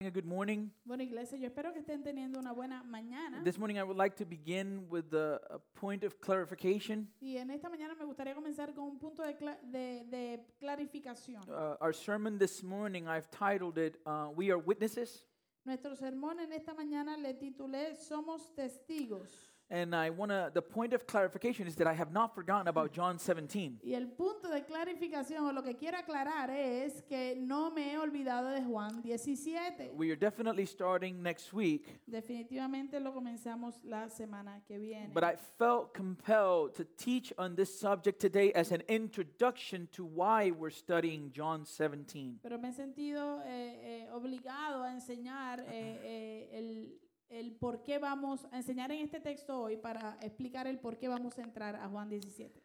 A good morning. Bueno, iglesia, yo espero que estén teniendo una buena mañana. This morning, I would like to begin with a, a point of clarification. Y en esta mañana me gustaría comenzar con un punto de, cla- de- de clarificación. Uh, our sermon this morning, I've titled it uh, "We Are Witnesses," Nuestro sermón en esta mañana le titulé Somos testigos. and I want to. The point of clarification is that I have not forgotten about John 17. Y el punto de clarificación o lo que quiero aclarar es que no me he olvidado de Juan 17. We are definitely starting next week, Definitivamente lo comenzamos la semana que viene. but I felt compelled to teach on this subject today as an introduction to why we're studying John 17. Pero me he sentido eh, eh, obligado a enseñar eh, eh, el, el por qué vamos a enseñar en este texto hoy para explicar el por qué vamos a entrar a Juan 17.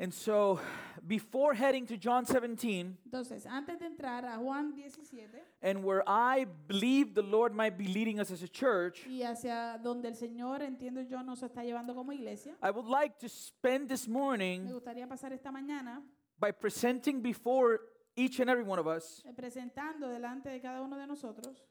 And so, before heading to John 17, Entonces, antes de entrar a Juan 17 and where I believe the Lord might be leading us as a church, y hacia donde el Señor, entiendo yo, nos está llevando como iglesia, I would like to spend this me morning gustaría pasar esta mañana by presenting before each and every one of us eh, presentando delante de cada uno de nosotros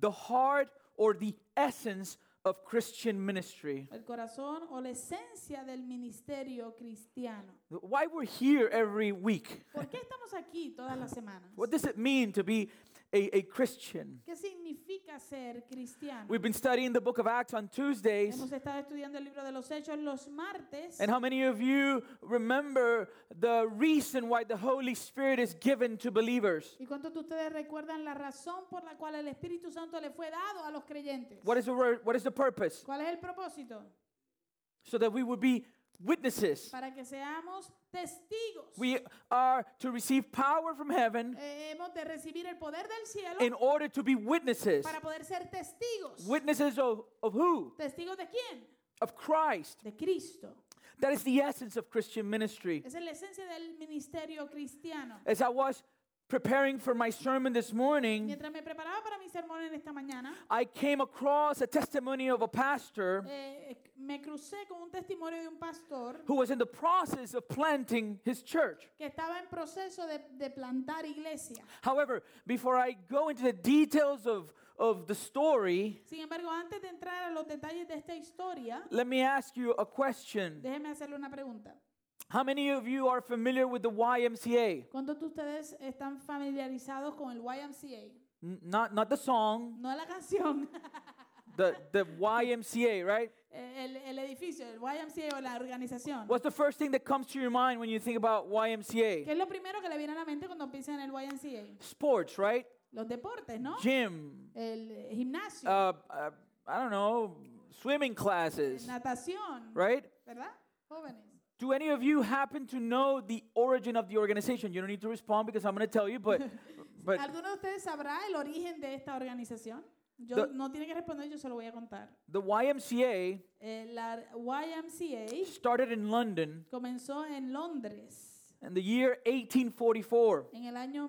the heart or the essence of Christian ministry. el corazón o la esencia del ministerio cristiano. Why we're here every week. ¿Por qué estamos aquí todas las semanas? What does it mean to be a, a Christian? ¿Qué significa ser cristiano? We've been studying the book of Acts on Tuesdays. Hemos estado estudiando el libro de los Hechos los martes. And how many of you remember the reason why the Holy Spirit is given to believers? ¿Y cuántos de ustedes recuerdan la razón por la cual el Espíritu Santo le fue dado a los creyentes? What is the, word, what is the purpose? ¿Cuál es el propósito? So that we would be witnesses. Para que seamos testigos. We are to receive power from heaven Eh, hemos de recibir el poder del cielo in order to be witnesses. para poder ser testigos. Witnesses of, of who? ¿Testigos de quién? Of Christ. De Cristo. That is the essence of Christian ministry. Esa es la esencia del ministerio cristiano. As I was preparing for my sermon this morning, Mientras me preparaba para mi sermón en esta mañana, I came across a testimony of a pastor eh, me crucé con un testimonio de un pastor who was in the process of planting his church. que estaba en proceso de, de plantar iglesia. However, before I go into the details of, of the story, Sin embargo, antes de entrar a los detalles de esta historia, let me ask you a question. déjeme hacerle una pregunta. How many of you are familiar with the YMCA? ¿Cuántos de ustedes están familiarizados con el YMCA? N- not not the song, No la canción, the the YMCA, right? el, el edificio, el YMCA o la organización. What's the first thing that comes to your mind when you think about ¿Qué YMCA? es lo primero que le viene a la mente cuando piensan en el YMCA? Sports, right? Los deportes, ¿no? Gym, El eh, gimnasio, uh, uh, I don't know, swimming classes, natación, right? ¿verdad? Jóvenes. Do any of you happen to know the origin of the organization? You don't need to respond because I'm going to tell you, but but ¿Alguno de ustedes sabrá el origen de esta organización? Yo The- no tiene que responder, yo se lo voy a contar. the YMCA Eh, la YMCA started in London comenzó en Londres in the year 1844. en el año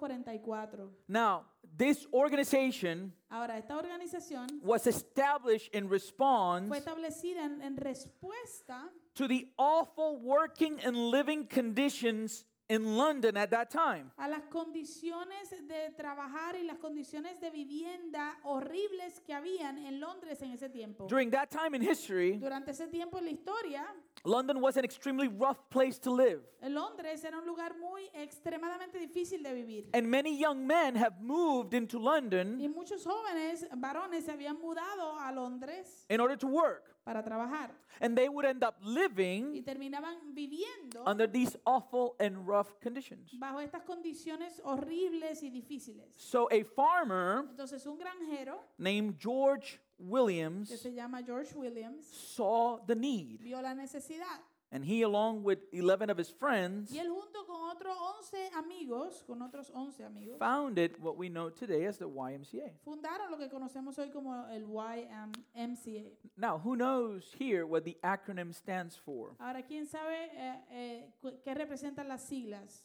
1844. Now, this organization Ahora, esta organización was established in response fue establecida en, en respuesta to the awful working and living conditions in London at that time. a las condiciones de trabajar y las condiciones de vivienda horribles que habían en Londres en ese tiempo. During that time in history, Durante ese tiempo en la historia, London was an extremely rough place to live, Londres era un lugar muy extremadamente difícil de vivir. and many young men have moved into Y London muchos jóvenes varones se habían mudado a Londres in order to work, para trabajar and they would end up y living terminaban viviendo under these awful and rough conditions. bajo estas condiciones horribles y difíciles. So, a farmer Entonces un granjero named George que Williams se llama George Williams saw the need, vio la necesidad and he, along with 11 of his friends, y él junto con otros 11 amigos, con otros 11 amigos, founded what we know today as the YMCA. fundaron lo que conocemos hoy como el YMCA. Now, who knows here what the acronym stands for? Ahora, ¿quién sabe eh, eh, cu- qué representan las siglas?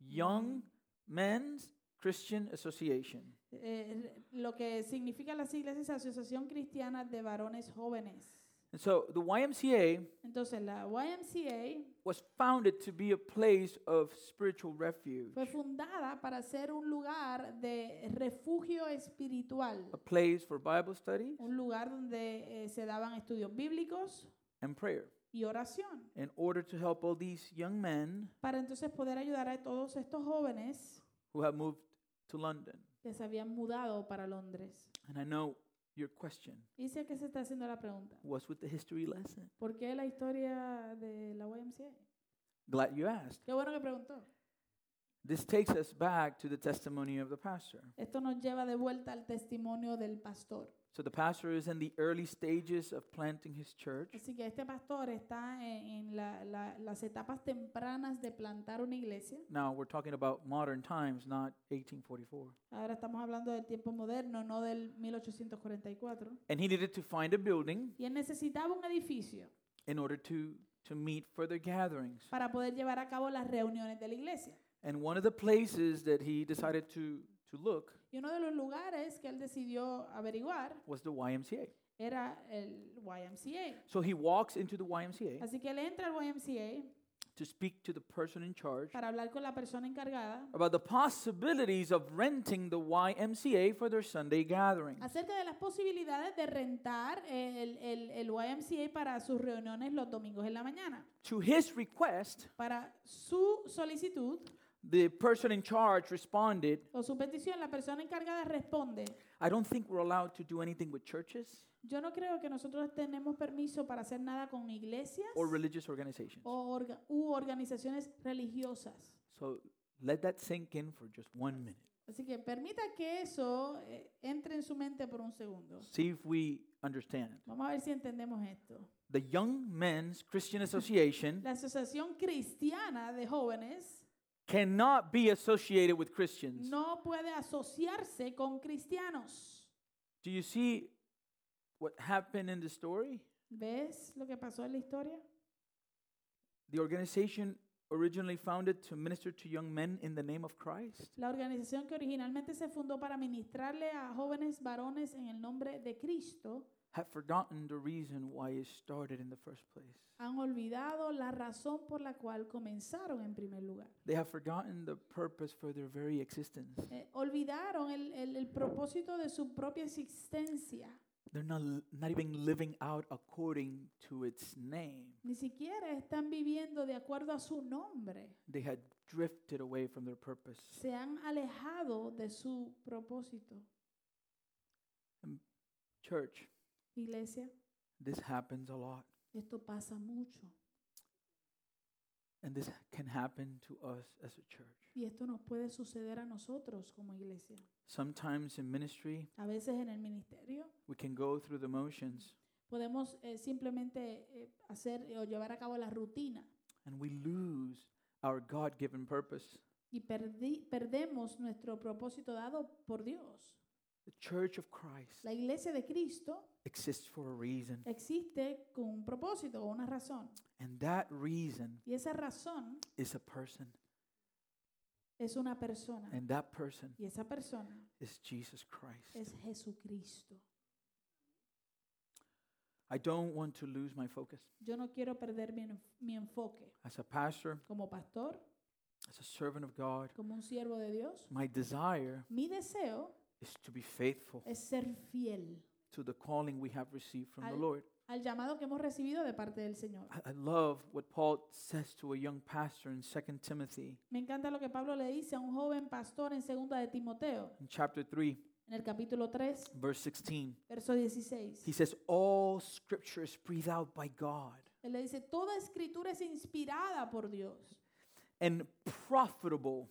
Young Men's Christian Association. Eh, lo que significa las siglas es Asociación Cristiana de Varones Jóvenes. And so the YMCA Entonces la YMCA was founded to be a place of spiritual refuge, fue fundada para ser un lugar de refugio espiritual, a place for Bible study un lugar donde eh, se daban estudios bíblicos and prayer y oración, in order to help all these young men para entonces poder ayudar a todos estos jóvenes who have moved to London. que se habían mudado para Londres. And I know your question Y sé que se está haciendo la pregunta, was with the history lesson. ¿por qué la historia de la YMCA? Glad you asked. Qué bueno que preguntó. This takes us back to the testimony of the pastor. Esto nos lleva de vuelta al testimonio del pastor. So the pastor is in the early stages of planting his church. Así que este pastor está en, en la- la- las etapas tempranas de plantar una iglesia. Now we're talking about modern times, not 1844. Ahora estamos hablando del tiempo moderno, no del 1844. And he needed to find a building Y él necesitaba un edificio in order to to meet further gatherings. para poder llevar a cabo las reuniones de la iglesia. And one of the places that he decided to to look Y uno de los lugares que él decidió averiguar was the YMCA. era el YMCA. So he walks into the YMCA Así que él entra al YMCA to speak to the person in charge para hablar con la persona encargada about the possibilities of renting the YMCA for their Sunday gathering. acerca de las posibilidades de rentar el, el, el YMCA para sus reuniones los domingos en la mañana. To his request, Para su solicitud the person in charge responded, o su petición, la persona encargada responde, I don't think we're allowed to do anything with churches yo no creo que nosotros tenemos permiso para hacer nada con iglesias or religious organizations. o orga- u organizaciones religiosas. So let that sink in for just one minute. Así que permita que eso eh, entre en su mente por un segundo. See if we understand. Vamos a ver si entendemos esto. The Young Men's Christian Association La Asociación Cristiana de Jóvenes cannot be associated with Christians. no puede asociarse con cristianos. Do you see what happened in the story? ¿Ves lo que pasó en la historia? The organization originally founded to minister to young men in the name of Christ La organización que originalmente se fundó para ministrarle a jóvenes varones en el nombre de Cristo have forgotten the reason why it started in the first place. han olvidado la razón por la cual comenzaron en primer lugar. They have forgotten the purpose for their very existence. Eh, olvidaron el, el- el propósito de su propia existencia. They're not, l- not even living out according to its name. Ni siquiera están viviendo de acuerdo a su nombre. They had drifted away from their purpose. Se han alejado de su propósito. Church, Iglesia, this happens a lot. esto pasa mucho And this can happen to us as a church. y esto nos puede suceder a nosotros como iglesia. Sometimes in ministry, A veces en el ministerio we can go through the motions podemos eh, simplemente eh, hacer eh, o llevar a cabo la rutina and we lose our God given purpose. y perdi- perdemos nuestro propósito dado por Dios. The church of Christ La iglesia de Cristo exists for a reason. existe con un propósito o una razón And that reason y esa razón is a person. es una persona And that person y esa persona is Jesus Christ. es Jesucristo. I don't want to lose my focus. Yo no quiero perder mi, enf- mi enfoque As a pastor, como pastor, as a servant of God, como un siervo de Dios. my desire Mi deseo is to be faithful es ser fiel to the calling we have received from the Al- Lord. al llamado que hemos recibido de parte del Señor. I, I love what Paul says to a young pastor in 2 Timothy Me encanta lo que Pablo le dice a un joven pastor en segunda de Timoteo, in chapter 3, en el capítulo 3, verse 16. verso 16. He says, All scripture is breathed out by God Él le dice, toda escritura es inspirada por Dios and profitable.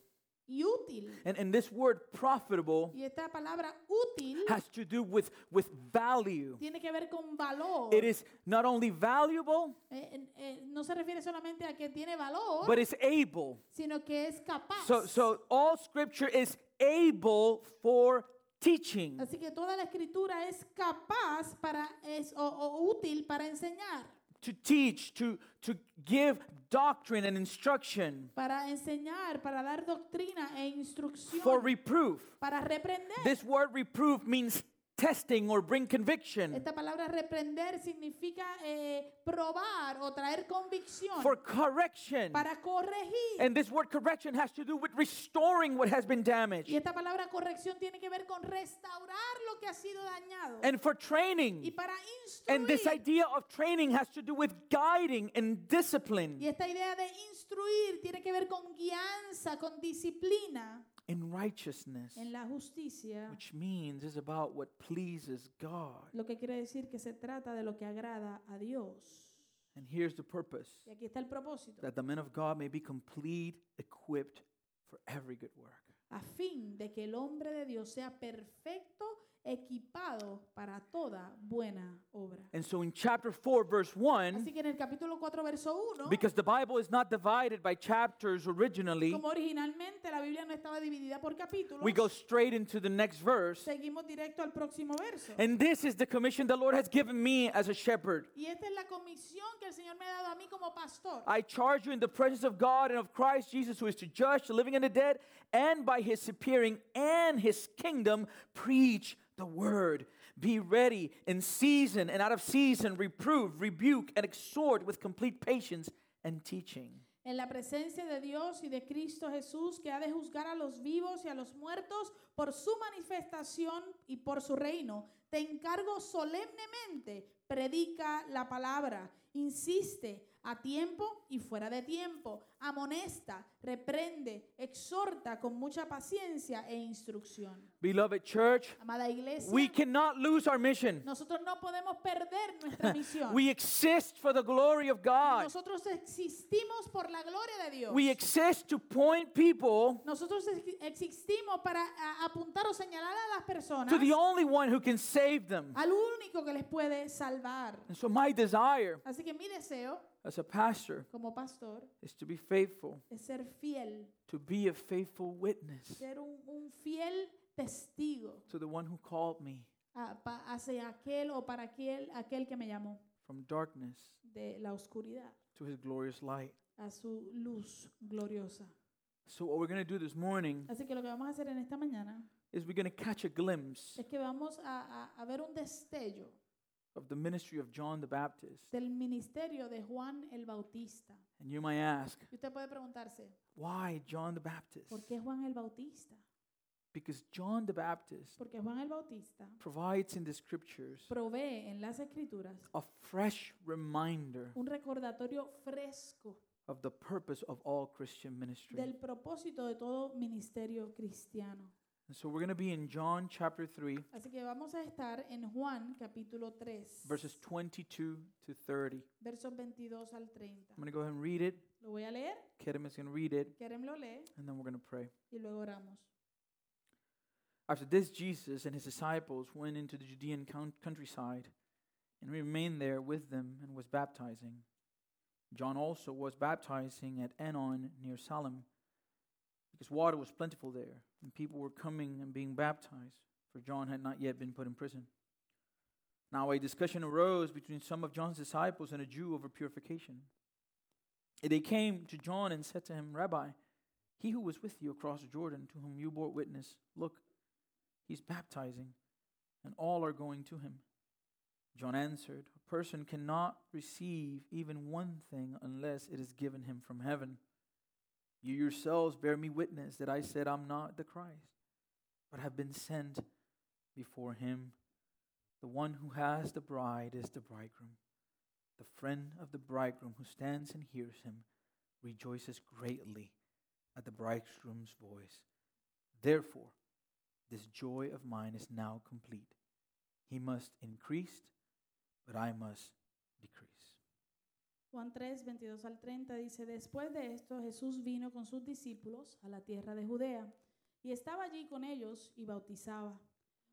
y útil. And, and this word profitable Y esta palabra útil has to do with, with value. tiene que ver con valor. It is not only valuable, Eh, en- eh, no se refiere solamente a que tiene valor, but it's able. sino que es capaz. So, so all scripture is able for teaching. Así que toda la escritura es capaz para, es, o- o útil para enseñar. to teach, to, to give doctrine and instruction, para enseñar, para dar doctrina e instrucción, for reproof. para reprender. This word reproof means testing or bring conviction, Esta palabra reprender significa eh, probar o traer convicción for correction. para corregir. And this word correction has to do with restoring what has been y damaged esta palabra corrección tiene que ver con restaurar lo que ha sido dañado. and for y training. para And this instruir. idea of training has to do with guiding and Y discipline esta idea de instruir tiene que ver con guianza, con disciplina in righteousness, en la justicia, which means is about what pleases God. lo que quiere decir que se trata de lo que agrada a Dios. And here's the purpose Y aquí está el propósito, that the men of God may be complete, equipped for every good work. a fin de que el hombre de Dios sea perfecto, equipado para toda buena obra. And so in chapter 4, verse 1, Así que en el capítulo 4, verso 1, Because the Bible is not divided by chapters originally, como originalmente la Biblia no estaba dividida por capítulos, we go straight into the next verse. seguimos directo al próximo verso. And this is the commission the Lord has given me as a shepherd. Y esta es la comisión que el Señor me ha dado a mí como pastor. I charge you in the presence of God and of Christ Jesus, who is to judge the living and the dead, and by his appearing and his kingdom, preach the word. Be ready in season and out of season, reprove, rebuke, and exhort with complete patience and teaching. En la presencia de Dios y de Cristo Jesús, que ha de juzgar a los vivos y a los muertos por su manifestación y por su reino, te encargo solemnemente, predica la palabra, insiste a tiempo y fuera de tiempo, amonesta, reprende, exhorta con mucha paciencia e instrucción. Beloved church, Amada iglesia, we cannot lose our mission. nosotros no podemos perder nuestra misión. We exist for the glory of God. nosotros existimos por la gloria de Dios. We exist to point people Nosotros ex- existimos para a- apuntar o señalar a las personas to the only one who can save them. al único que les puede salvar. And so, my desire Así que mi deseo as a pastor como pastor is to be faithful, es ser fiel, to be a faithful witness ser un, un fiel testigo to the one who called me a- pa- hacia aquel o para aquel, aquel que me llamó from darkness de la oscuridad to his glorious light. a su luz gloriosa. So, what we're going to do this morning Así que lo que vamos a hacer en esta mañana is we're going to catch a glimpse es que vamos a- a- a ver un destello of the ministry of John the Baptist. del ministerio de Juan el Bautista. And you might ask, Y usted puede preguntarse, why John the Baptist? ¿por qué Juan el Bautista? Because John the Baptist Porque Juan el Bautista provides in the scriptures provee en las escrituras a fresh reminder un recordatorio fresco of the purpose of all Christian ministry. del propósito de todo ministerio cristiano. And so we're going to be in John chapter 3, Así que vamos a estar en Juan capítulo 3, verses 22 to 30. I'm versos 22 al 30. going to go ahead and read it. Lo voy a leer, Kerem is going to read it, Kerem lo lee and then we're going to pray. y luego oramos. After this, Jesus and his disciples went into the Judean coun- countryside and remained there with them and was baptizing. John also was baptizing at Enon near Salim because water was plentiful there and people were coming and being baptized, for John had not yet been put in prison. Now a discussion arose between some of John's disciples and a Jew over purification. And they came to John and said to him, Rabbi, he who was with you across Jordan, to whom you bore witness, look, He's baptizing, and all are going to him. John answered, A person cannot receive even one thing unless it is given him from heaven. You yourselves bear me witness that I said, I'm not the Christ, but have been sent before him. The one who has the bride is the bridegroom. The friend of the bridegroom who stands and hears him rejoices greatly at the bridegroom's voice. Therefore, this joy of mine is now complete. He must increase, but I must decrease. Juan 3, 22 al 30 dice, después de esto Jesús vino con sus discípulos a la tierra de Judea y estaba allí con ellos y bautizaba.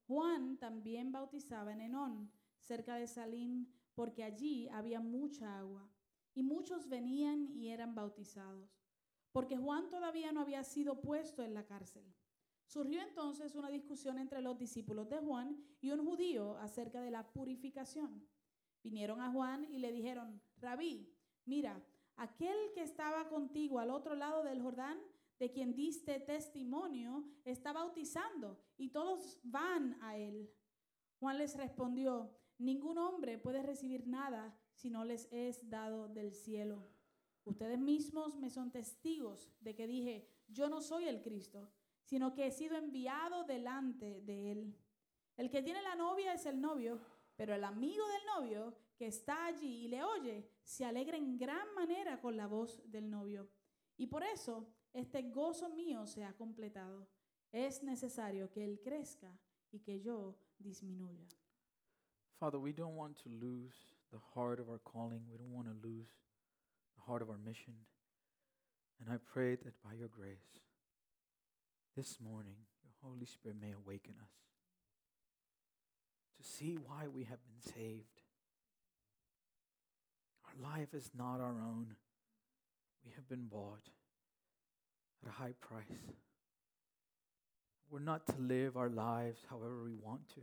Juan también bautizaba en Enón, cerca de Salim, porque allí había mucha agua y muchos venían y eran bautizados, porque Juan todavía no había sido puesto en la cárcel. Surgió entonces una discusión entre los discípulos de Juan y un judío acerca de la purificación. Vinieron a Juan y le dijeron, Rabí, mira, aquel que estaba contigo al otro lado del Jordán, de quien diste testimonio, está bautizando y todos van a él. Juan les respondió, ningún hombre puede recibir nada si no les es dado del cielo. Ustedes mismos me son testigos de que dije, yo no soy el Cristo, sino que he sido enviado delante de él. El que tiene la novia es el novio, pero el amigo del novio que está allí y le oye, se alegra en gran manera con la voz del novio. Y por eso este gozo mío se ha completado. Es necesario que él crezca y que yo disminuya. Father, we don't want to lose the heart of our calling. We don't want to lose the heart of our mission. And I pray that by your grace, this morning, your Holy Spirit may awaken us to see why we have been saved. Our life is not our own, we have been bought at a high price. We're not to live our lives however we want to.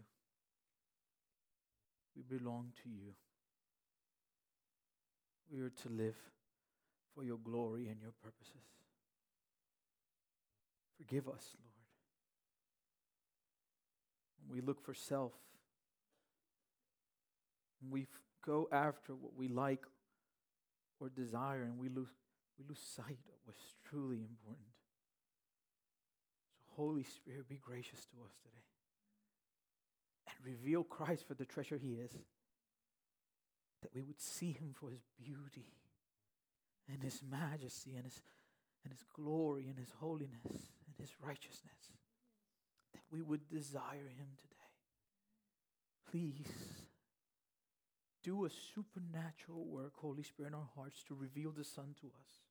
We belong to you. We are to live for your glory and your purposes. Forgive us, Lord. When we look for self, when we f- go after what we like or desire, and we lose, we lose sight of what's truly important. So, Holy Spirit, be gracious to us today and reveal Christ for the treasure he is, that we would see him for his beauty and his majesty and his, and his glory and his holiness and his righteousness, that we would desire him today. Please do a supernatural work, Holy Spirit, in our hearts to reveal the Son to us,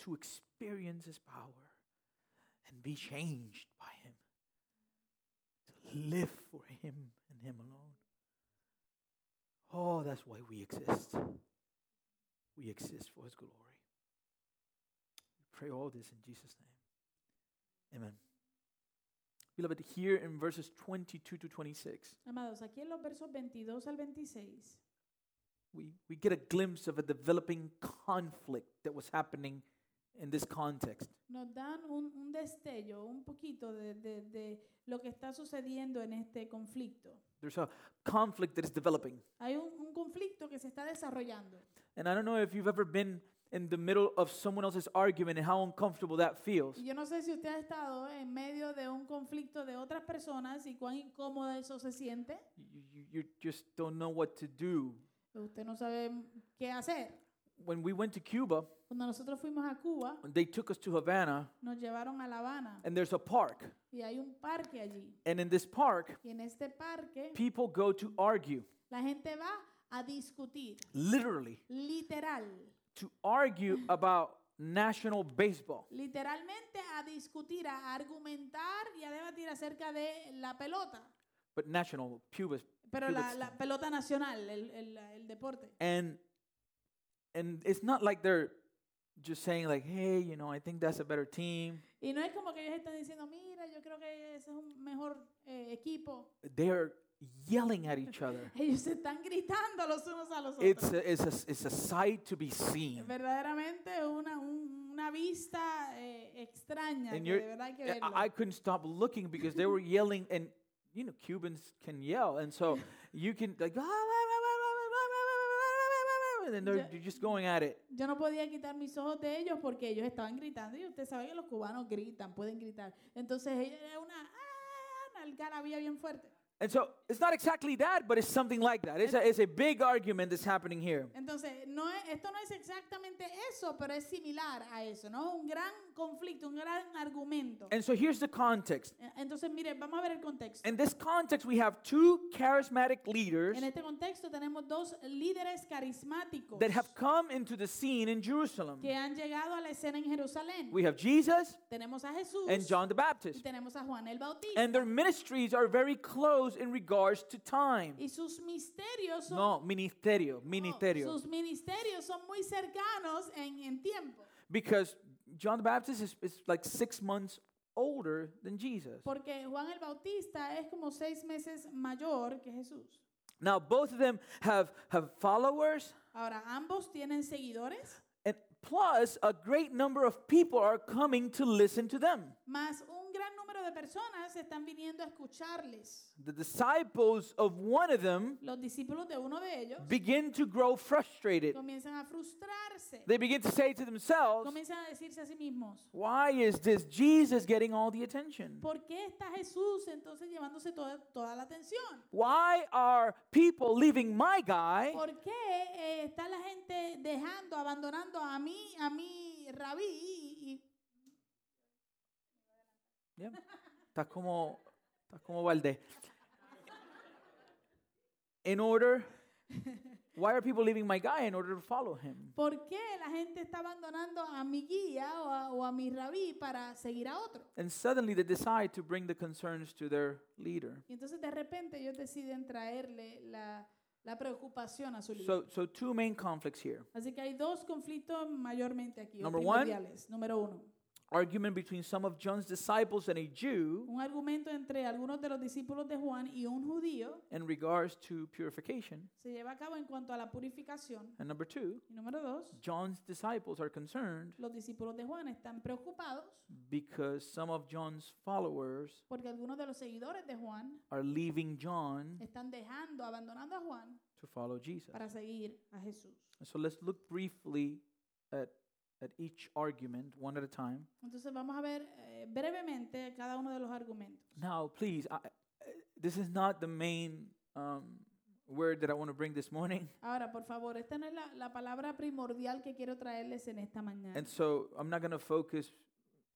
to experience his power and be changed by him live for Him and Him alone. Oh, that's why we exist. We exist for His glory. We pray all this in Jesus' name. Amen. Beloved, here in verses 22 to 26, Amados, aquí en los versos 22 al 26 we, we get a glimpse of a developing conflict that was happening in this context. nos dan un, un destello, un poquito de, de- de lo que está sucediendo en este conflicto. There's a conflict that is developing. Hay un, un conflicto que se está desarrollando. And I don't know if you've ever been in the middle of someone else's argument and how uncomfortable that feels. Y yo no sé si usted ha estado en medio de un conflicto de otras personas y cuán incómodo eso se siente. You, you, you just don't know what to do. Usted no sabe qué hacer. When we went to Cuba, Cuando nosotros fuimos a Cuba, they took us to Havana, nos llevaron a La Habana and there's a park. y hay un parque allí. And in this park, Y en este parque people go to argue, la gente va a discutir, literally, literal. to argue about national baseball. literalmente a discutir, a argumentar y a debatir acerca de la pelota, But national, Cuba's. pero Sí, la, pues, la pelota nacional, el, el- el deporte. And, and it's not like they're just saying, like, hey, you know, I think that's a better team. Y no es como que ellos están diciendo, mira, yo creo que ese es un mejor eh, equipo. They're yelling at each other. Ellos se están gritando los unos a los It's otros. a, it's, a, it's a sight to be seen. Verdaderamente una, un- una vista eh, extraña, And que you're- de verdad hay que I, verlo. I couldn't stop looking because they were yelling, and you know Cubans can yell, and so you can like, "Ah, and then they're Yeah. you're just going at it. Yo no podía quitar mis ojos de ellos porque ellos estaban gritando y usted sabe que los cubanos gritan, pueden gritar. Entonces ella era una ¡ah! algarabía bien fuerte. And so it's not exactly that, but it's something like that. It's a, it's a big argument that's happening here. Entonces, no es- esto no es exactamente eso, pero es similar a eso, ¿no? Un gran conflicto, un gran argumento. And so here's the context. Eh, Entonces, miren, vamos a ver el contexto. In this context, we have two charismatic leaders En este contexto tenemos dos líderes carismáticos that have come into the scene in Jerusalem. que han llegado a la escena en Jerusalén. We have Jesus tenemos a Jesús and John the y Baptist. tenemos a Juan el Bautista. And their ministries are very close in regards to time. y sus misterios son No, ministerio, No, ministerio. Sus ministerios son muy cercanos en, en tiempo, Because John the Baptist is, is like six months older than Jesus. porque Juan el Bautista es como seis meses mayor que Jesús. Now, both of them have, have followers, Ahora, ambos tienen seguidores, and plus, a great number of people are coming to listen to them. más un un gran número de personas están viniendo a escucharles. The disciples of one of them Los discípulos de uno de ellos begin to grow frustrated. comienzan a frustrarse, They begin to say to themselves, comienzan a decirse a sí mismos, Why is this Jesus getting all the attention? ¿por qué está Jesús entonces llevándose toda, toda la atención? Why are people leaving my guy ¿Por qué eh, está la gente dejando, abandonando a mí, a mí, rabí? Y, y- Yeah. Estás como, estás como Valdés. In order, why are people leaving my guy in order to follow him? ¿Por qué la gente está abandonando a mi guía o a, o a mi rabí para seguir a otro? And suddenly they decide to bring the concerns to their leader. Y entonces de repente ellos deciden traerle la, la preocupación a su líder. So, so two main conflicts here: Así que hay dos conflictos mayormente aquí, o Number one. primordiales. Número uno, argument between some of John's disciples and a Jew un argumento entre algunos de los discípulos de Juan y un judío in regards to purification, se lleva a cabo en cuanto a la purificación. and number two, Y número dos, John's disciples are concerned los discípulos de Juan están preocupados because some of John's followers porque algunos de los seguidores de Juan are leaving John están dejando, abandonando a Juan to follow Jesus. para seguir a Jesús. And So let's look briefly at, at each argument one at a time. Entonces vamos a ver eh, brevemente cada uno de los argumentos. Now, please, I, uh, this is not the main um, word that I want to bring this morning. Ahora, por favor, esta no es la, la palabra primordial que quiero traerles en esta mañana. And so I'm not going to focus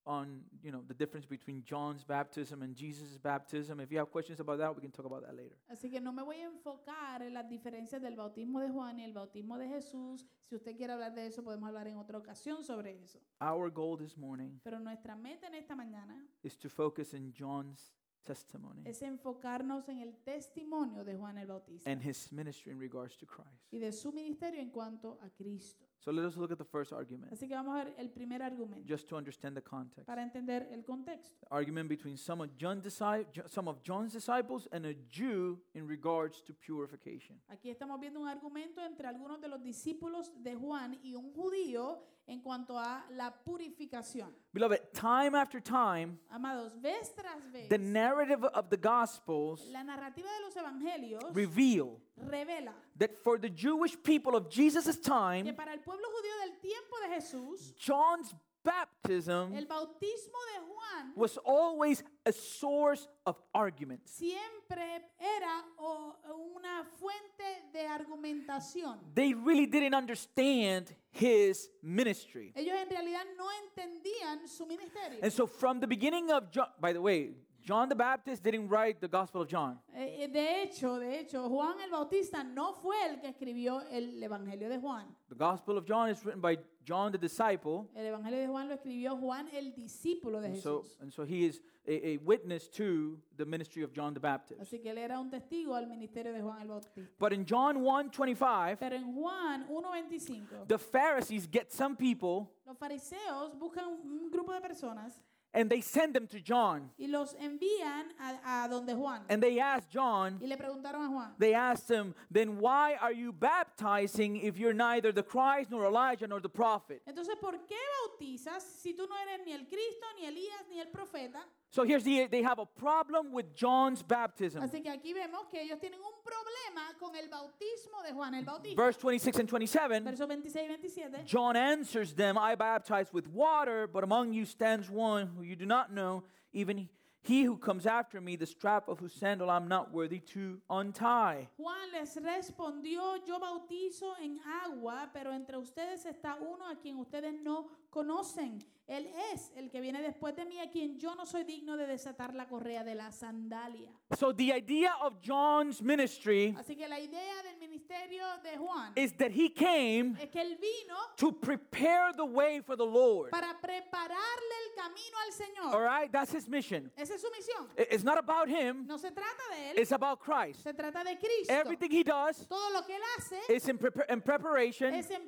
on you know the difference between John's baptism and Jesus' baptism. If you have questions about that, we can talk about that later. Así que no me voy a enfocar en las diferencias del bautismo de Juan y el bautismo de Jesús. Si usted quiere hablar de eso, podemos hablar en otra ocasión sobre eso. Our goal this morning Pero nuestra meta en esta mañana is to focus in John's testimony es enfocarnos en el testimonio de Juan el Bautista and his ministry in regards to y Christ. de su ministerio en cuanto a Cristo. So let us look at the first argument Así que vamos a ver el primer argumento just to understand the context. para entender el contexto. argument between some of, John disci- Jo- some of John's disciples and a Jew in regards to purification. Aquí estamos viendo un argumento entre algunos de los discípulos de Juan y un judío en cuanto a la purificación. Beloved, time after time, Amados, vez tras vez, the narrative of the Gospels la narrativa de los evangelios reveal revela that for the Jewish people of Jesus' que time, para el pueblo judío del tiempo de Jesús, John's el baptism bautismo de Juan was always a source of arguments. siempre era o- una fuente de argumentación. They really didn't understand his ministry. Ellos en realidad no entendían su ministerio. And so from the beginning of John, by the way, John the Baptist didn't write the Gospel of John. Eh, eh, de hecho, de hecho, Juan el Bautista no fue el que escribió el Evangelio de Juan. The Gospel of John is written by John the disciple, El Evangelio de Juan lo escribió Juan el discípulo de and so, Jesús. and so he is a, a witness to the ministry of John the Baptist. Así que él era un testigo al ministerio de Juan el Bautista. But in John 1:25, Pero en Juan 1.25, the Pharisees get some people los fariseos buscan un grupo de personas and they send them to John, y los envían a, a donde Juan. and they ask John, Y le preguntaron a Juan, they ask him, "Then why are you baptizing if you're neither the Christ nor Elijah nor the prophet?" entonces, ¿por qué bautizas si tú no eres ni el Cristo, ni Elías, ni el profeta? So here's the they have a problem with John's baptism. Así que aquí vemos que ellos tienen un problema con el bautismo de Juan el Bautista. Verse 26 and 27. Versos 26 y 27. John answers them, I baptize with water, but among you stands one who you do not know, even he who comes after me, the strap of whose sandal I'm not worthy to untie. Juan les respondió, yo bautizo en agua, pero entre ustedes está uno a quien ustedes no conocen. Él es el que viene después de mí, a quien yo no soy digno de desatar la correa de la sandalia. So the idea of John's ministry Así que la idea del ministerio de Juan is that he came es que él vino to prepare the way for the Lord. para prepararle el camino al All Señor. right? That's his mission. Esa es su misión. I- It's not about him, No se trata de él, it's about Christ. se trata de Cristo. Everything he does Todo lo que él hace is in, prepar- in preparation es en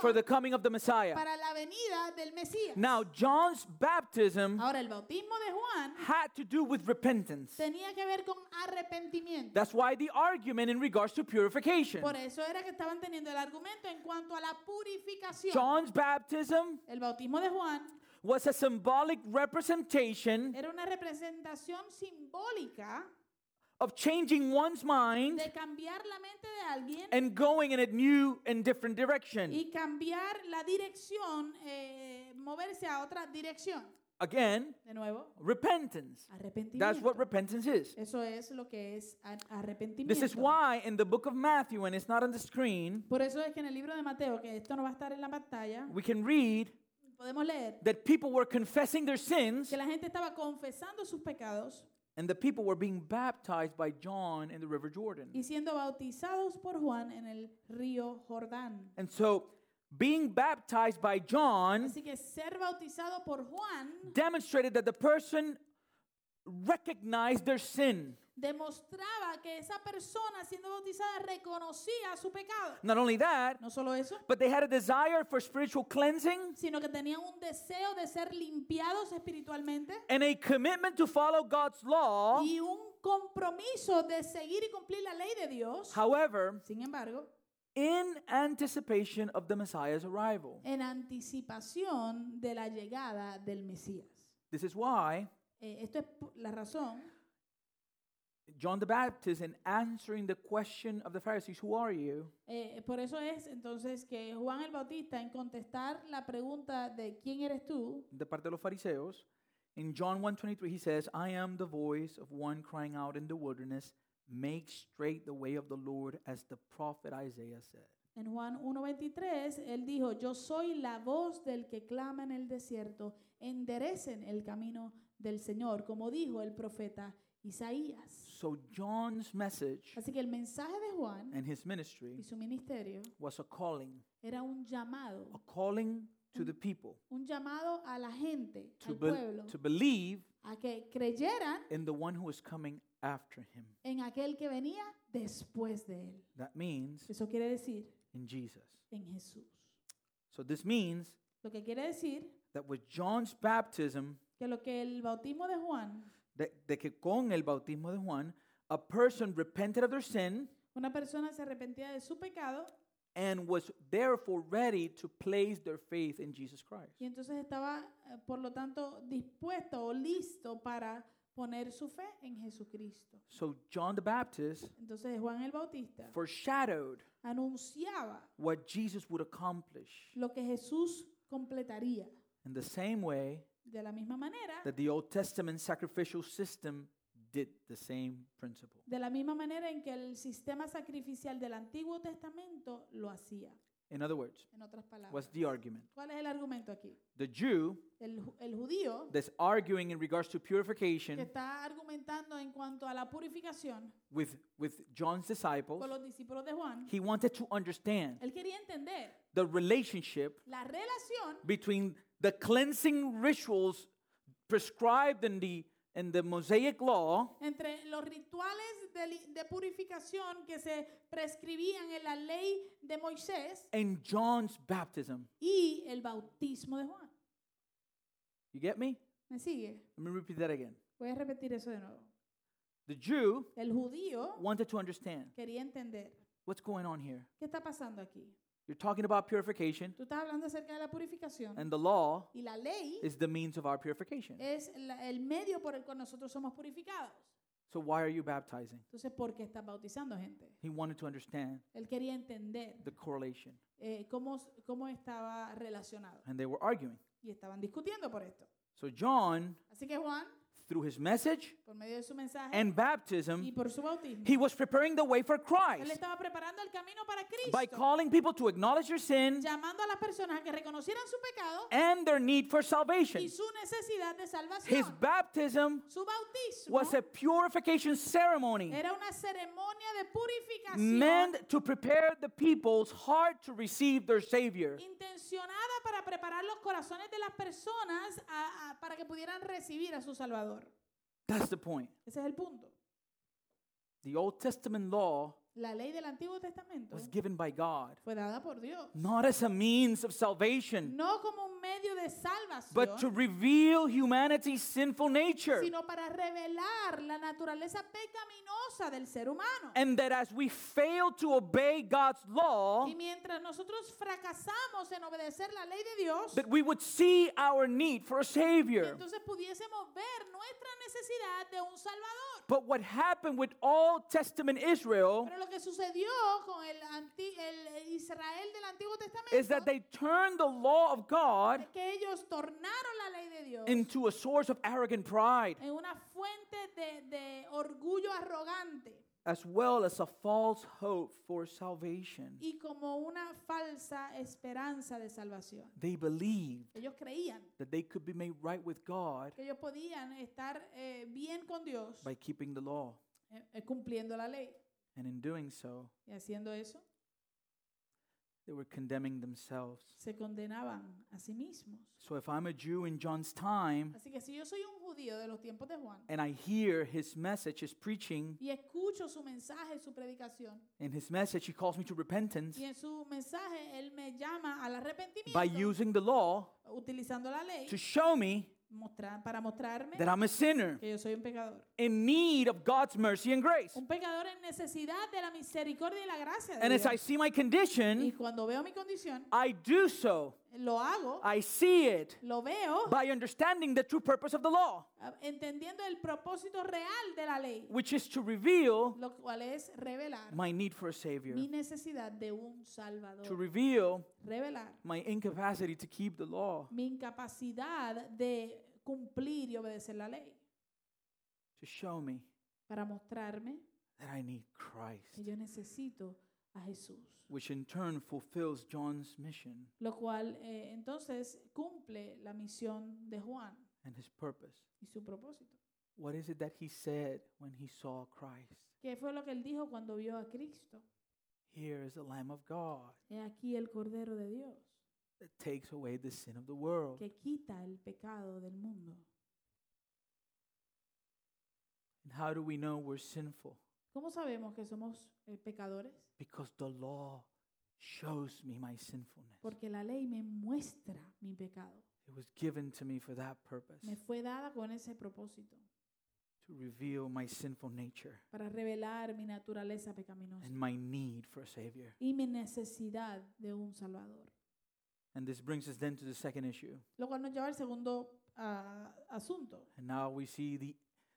for the preparación coming of the Messiah. para la venida del Mesías. Now, John's baptism Ahora, el bautismo de Juan had to do with repentance. tenía que ver con arrepentimiento. That's why the argument in regards to purification. Por eso era que estaban teniendo el argumento en cuanto a la purificación. John's baptism El bautismo de Juan was a symbolic representation Era una representación simbólica of changing one's mind de cambiar la mente de alguien and going in a new and different direction. y cambiar la dirección, eh, moverse a otra dirección. Again, De nuevo, repentance. That's arrepentimiento. what repentance is. Eso es lo que es ar- arrepentimiento. This is why in the book of Matthew, and it's not on the screen, Por eso es que en el libro de Mateo, que esto no va a estar en la pantalla, we can read podemos leer that people were confessing their sins que la gente estaba confesando sus pecados and the people were being baptized by John in the River Jordan. y siendo bautizados por Juan en el río Jordán. And so, being baptized by John Así que ser bautizado por Juan demonstrated that the person recognized their sin. demostraba que esa persona siendo bautizada reconocía su pecado. Not only that, No solo eso, but they had a desire for spiritual cleansing sino que tenían un deseo de ser limpiados espiritualmente and a commitment to follow God's law. y un compromiso de seguir y cumplir la ley de Dios. However, Sin embargo, in anticipation of the Messiah's arrival. en anticipación de la llegada del Mesías. This is why Eh, esto es pu- la razón John the Baptist, in answering the question of the Pharisees, Who are you? Eh, por eso es entonces que Juan el Bautista, en contestar la pregunta de quién eres tú, de parte de los fariseos, in John 1:23 he says, "I am the voice of one crying out in the wilderness, make straight the way of the Lord as the prophet Isaiah said." en Juan 1.23, él dijo, yo soy la voz del que clama en el desierto, enderecen el camino del Señor, como dijo el profeta Isaías. So John's message Así que el mensaje de Juan and his ministry y su ministerio was a calling, era un llamado, a calling to the people un llamado a la gente, to Mm-hmm. al bel- pueblo, to believe a que creyeran in the one who is coming after him. en aquel que venía después de él. That means Eso quiere decir in Jesus. en Jesús. So this means Lo que quiere decir that with John's baptism que lo que el bautismo de Juan, de, de que con el bautismo de Juan, a person repented of their sin una persona se arrepentía de su pecado and was therefore ready to place their faith in Jesus Christ. y entonces estaba, eh, por lo tanto, dispuesto o listo para poner su fe en Jesucristo. So John the Baptist Entonces Juan el Bautista foreshadowed anunciaba what Jesus would accomplish lo que Jesús completaría. in the same way De la misma manera, that the Old Testament sacrificial system did the same principle. de la misma manera en que el sistema sacrificial del Antiguo Testamento lo hacía. In other words, En otras palabras, what's the argument? ¿cuál es el argumento aquí? The Jew El, ju- el judío that's arguing in regards to que purification está argumentando en cuanto a la purificación with, with John's disciples, con los discípulos de Juan, he wanted to understand él quería entender the relationship la relación between the cleansing rituals prescribed in the in the Mosaic law entre los rituales de, li- de purificación que se prescribían en la ley de Moisés and John's baptism. y el bautismo de Juan. You get me? ¿Me sigue? Let me repeat that again. Voy a repetir eso de nuevo. The Jew El judío wanted to understand quería entender what's going on here. qué está pasando aquí. You're talking about purification, Tú estás hablando acerca de la purificación and the law y la ley is the means of our purification. es la- el medio por el cual nosotros somos purificados. So why are you baptizing? Entonces, ¿por qué estás bautizando gente? He wanted to understand Él quería entender the correlation, eh, cómo, s- cómo estaba relacionado. and they were arguing. Y estaban discutiendo por esto. So John, Así que Juan, through his message por medio de su mensaje and y baptism, por su bautismo, he was preparing the way for él Christ. estaba preparando el camino para by Cristo, calling people to acknowledge their sin llamando a las personas a que reconocieran su pecado and their need for y salvation. su necesidad de His salvación. baptism Su bautismo was a purification ceremony era una ceremonia de purificación meant to prepare the people's heart to receive their Savior. intencionada para preparar los corazones de las personas a- a- para que pudieran recibir a su Salvador. That's the point. Ese es el punto. The Old Testament law la ley del Antiguo Testamento was given by God, fue dada por Dios. not as a means of salvation, No como un medio de but to salvación, reveal humanity's sinful nature. sino para revelar la naturaleza pecaminosa del ser humano. And that as we fail to obey God's law, Y mientras nosotros fracasamos en obedecer la ley de Dios, that we would see our need for a Savior. entonces pudiésemos ver nuestra necesidad de un Salvador. But what happened with all Testament Israel Pero lo que sucedió con el, anti- el Israel del Antiguo is that Testamento they turned the law of God es que ellos tornaron la ley de Dios into a source of arrogant pride, en una fuente de, de orgullo arrogante as well as a false hope for salvation. y como una falsa esperanza de salvación. They believed Ellos creían that they could be made right with God que ellos podían estar eh, bien con Dios by keeping the law. eh, eh, cumpliendo la ley And in doing so, y haciendo eso they were condemning themselves. se condenaban a sí mismos. So if I'm a Jew in John's time Así que si yo soy un judío de los tiempos de Juan and I hear his message, his preaching, y escucho su mensaje, su predicación, in his message, he calls me to repentance y en su mensaje él me llama al arrepentimiento by using the law utilizando la ley to show me mostrar- para mostrarme that I'm a sinner que yo soy un pecador. in need of God's mercy and grace. Un pecador en necesidad de la misericordia y la gracia de And as I Dios. see my Y condition, cuando veo mi condición, I do so. lo hago, I see it lo veo, by understanding the true purpose of the law, ah, entendiendo el propósito real de la ley, which is to reveal lo cual es revelar my need for a Savior, mi necesidad de un to Salvador. reveal Revelar my incapacity to keep the law, mi incapacidad de cumplir y obedecer la ley to show me para mostrarme that I need que Christ, yo necesito a Jesús. which in turn fulfills John's mission Lo cual eh, entonces cumple la misión de Juan and his purpose. y su propósito. What is it that he said when he saw Christ? ¿Qué fue lo que él dijo cuando vio a Cristo? Here is the Lamb of God He aquí el Cordero de Dios that takes away the sin of the world. que quita el pecado del mundo. And how do we know we're sinful? ¿Cómo sabemos que somos eh, pecadores? Because the law shows me my sinfulness. Porque la ley me muestra mi pecado. It was given to me for that purpose Me fue dada con ese propósito, to reveal my sinful nature para revelar mi naturaleza pecaminosa. and my need for a Savior. y mi necesidad de un Salvador. And this brings us then to the second issue. Lo cual nos lleva al segundo ah, asunto, And now we see the,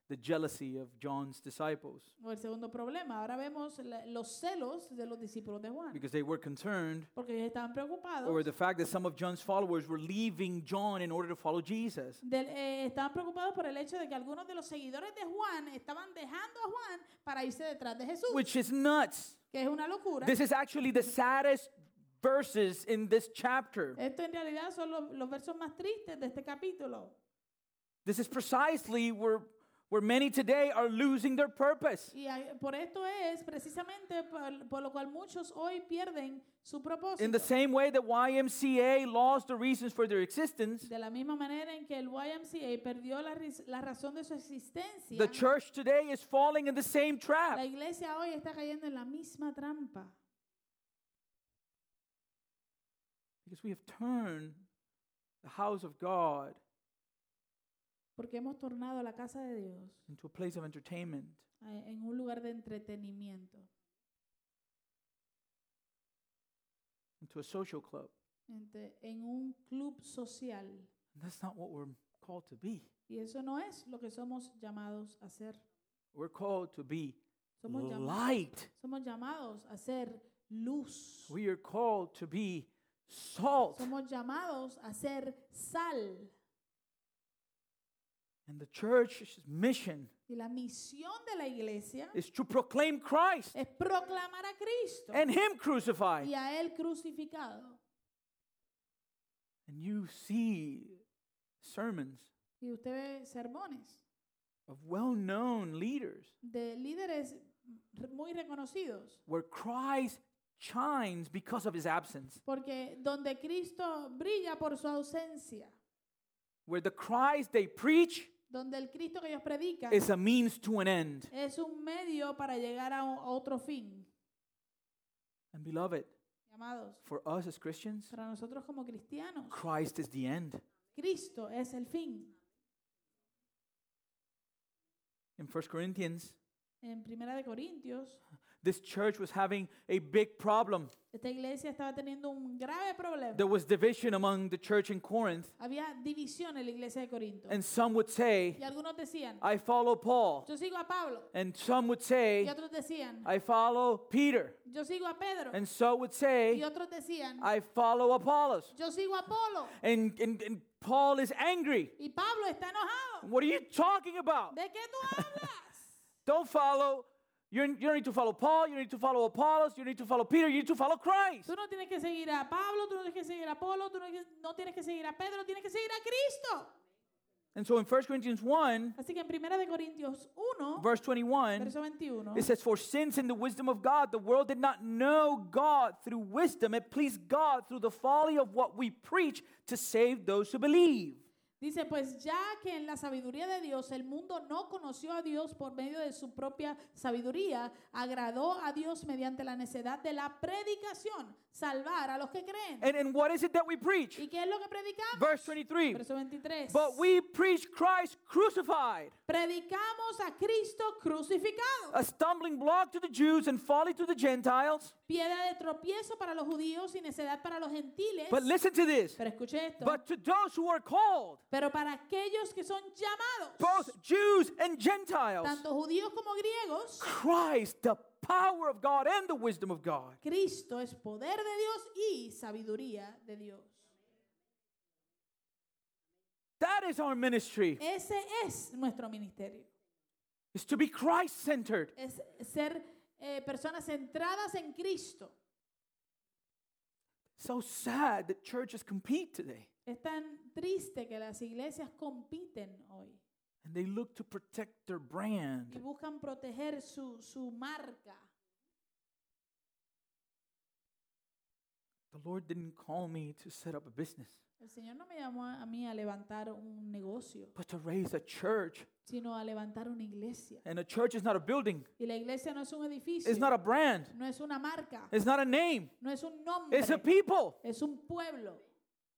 the jealousy of John's disciples o el segundo problema. Ahora vemos la- los celos de los discípulos de Juan, because they were concerned porque ellos estaban preocupados. over the fact that some of John's followers were leaving John in order to follow Jesus. del- eh, estaban preocupados por el hecho de que algunos de los seguidores de Juan estaban dejando a Juan para irse detrás de Jesús, Which is nuts. que es una locura. This is actually the saddest verses in this chapter. Esto en realidad son los, los versos más tristes de este capítulo. This is precisely where, where many today are losing their purpose. Y hay- por esto es precisamente por, por lo cual muchos hoy pierden su propósito. In the same way that YMCA lost the reasons for their existence, De la misma manera en que el YMCA perdió la, ris- la razón de su existencia, the church today is falling in the same la trap. iglesia hoy está cayendo en la misma trampa. Because we have turned the house of God Porque hemos tornado la casa de Dios into a place of entertainment. eh, en un lugar de entretenimiento, Into a social club. ente- en un club social. And that's not what we're called to be. Y eso no es lo que somos llamados a ser. We're called to be Somos, llama- light. somos llamados a ser luz. We are called to be salt. Somos llamados a ser sal. And the church's mission Y la misión de la iglesia is to proclaim Christ es proclamar a Cristo and Him crucified. y a Él crucificado. And you see sermons Y usted ve sermones of well known leaders de líderes re- muy reconocidos, where Christ shines because of his absence, porque donde Cristo brilla por su ausencia, where the Christ they preach donde el Cristo que ellos predican is a means to an end. es un medio para llegar a, o- a otro fin. And beloved, Y, Amados, for us as Christians, para nosotros como cristianos, Christ is the end. Cristo es el fin. In 1 Corinthians, En Primera de Corintios, this church was having a big problem. esta iglesia estaba teniendo un grave problema. There was division among the church in Corinth, Había división en la iglesia de Corinto. and some would say, Y algunos decían, I follow Paul, yo sigo a Pablo. and some would Y say, otros decían, I follow Peter, yo sigo a Pedro. and so would say, Y otros decían, I follow Apollos. yo sigo a Apolo. And, and, and Paul is angry. Y Pablo está enojado. What are you talking about? ¿De qué tú hablas? Don't follow. You're, you don't need to follow Paul. You don't need to follow Apollos. You don't need to follow Peter. You need to follow Christ. Tú no tienes que seguir a Pablo, tú no tienes que seguir a Apolo, tú no, no tienes que seguir a Pedro, tienes que seguir a Cristo. And so in 1 Corinthians 1, Así que en 1 de Corintios 1, verse 21, verso 21, it says, For since in the wisdom of God the world did not know God through wisdom, it pleased God through the folly of what we preach to save those who believe. dice, pues ya que en la sabiduría de Dios el mundo no conoció a Dios por medio de su propia sabiduría, agradó a Dios mediante la necedad de la predicación, salvar a los que creen. And, and what is it that we preach? ¿Y qué es lo que predicamos? Verse 23. Verso 23. But we preach Christ crucified. Predicamos a Cristo crucificado, a stumbling block to the Jews and folly to the Gentiles. piedra de tropiezo para los judíos y necedad para los gentiles. But listen to this. Pero escuche esto. But to those who are called, Pero para aquellos que son llamados, both Jews and Gentiles, tanto judíos como griegos, Christ, the power of God and the wisdom of God. Cristo es poder de Dios y sabiduría de Dios. That is our ministry. Ese es nuestro ministerio. Is to be Christ-centered. Es ser eh, personas centradas en Cristo. So sad that churches compete today Es tan triste que las iglesias compiten hoy and they look to protect their y brand. buscan proteger su, su marca. The Lord didn't call me to set up a business, El Señor no me llamó a a mí a levantar un negocio, but to raise a church. sino a levantar una iglesia. And a church is not a building. Y la iglesia no es un edificio, It's not a brand. no es una marca, It's not a name. no es un nombre. It's a people. Es un pueblo.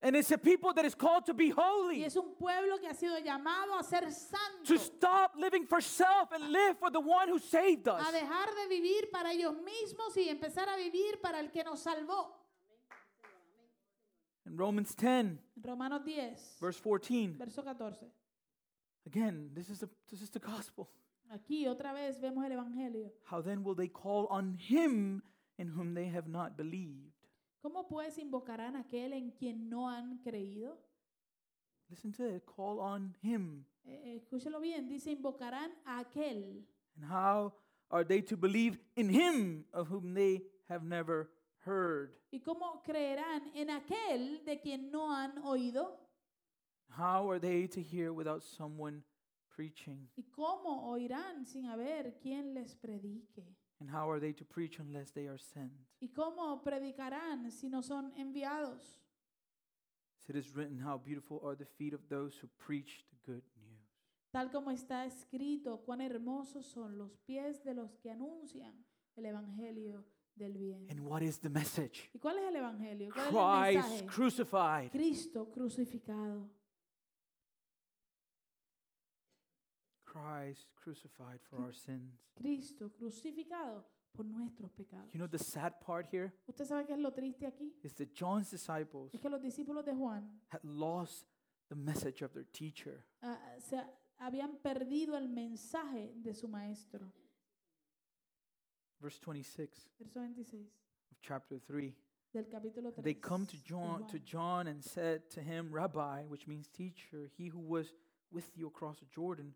And it's a people that is called to be Y holy, es un pueblo que ha sido llamado a ser santo. to stop living for self and live for the one who saved us. A dejar de vivir para ellos mismos y empezar a vivir para el que nos salvó. In Romans 10, Romanos 10, verse 14, verso 14. again, this is the, this is the gospel. Aquí otra vez vemos el Evangelio. How then will they call on him in whom they have not believed? ¿Cómo pues invocarán a aquel en quien no han creído? Listen to it call on him. Eh, eh, escúchelo bien, dice invocarán a aquel. And how are they to believe in him of whom they have never heard? ¿Y cómo creerán en aquel de quien no han oído? How are they to hear without someone preaching? ¿Y cómo oirán sin haber quién les predique? And how are they to preach unless they are sent? ¿Y cómo predicarán si no son enviados? It is written, How beautiful are the feet of those who preach the good news. Tal como está escrito, cuán hermosos son los pies de los que anuncian el evangelio del bien. And what is the message? ¿Y cuál es el evangelio? ¿Cuál es el Christ mensaje? crucified. Cristo crucificado. Christ crucified for our sins. Cristo crucificado por nuestros pecados. You know, the sad part here ¿Usted sabe qué es lo triste aquí? is that John's disciples Es que los discípulos de Juan had lost the message of their teacher. ah, se habían perdido el mensaje de su maestro. Verse 26 Verso 26 of chapter 3. del capítulo 3. They come to John, to John and said to him, Rabbi, which means teacher, he who was with you across the Jordan,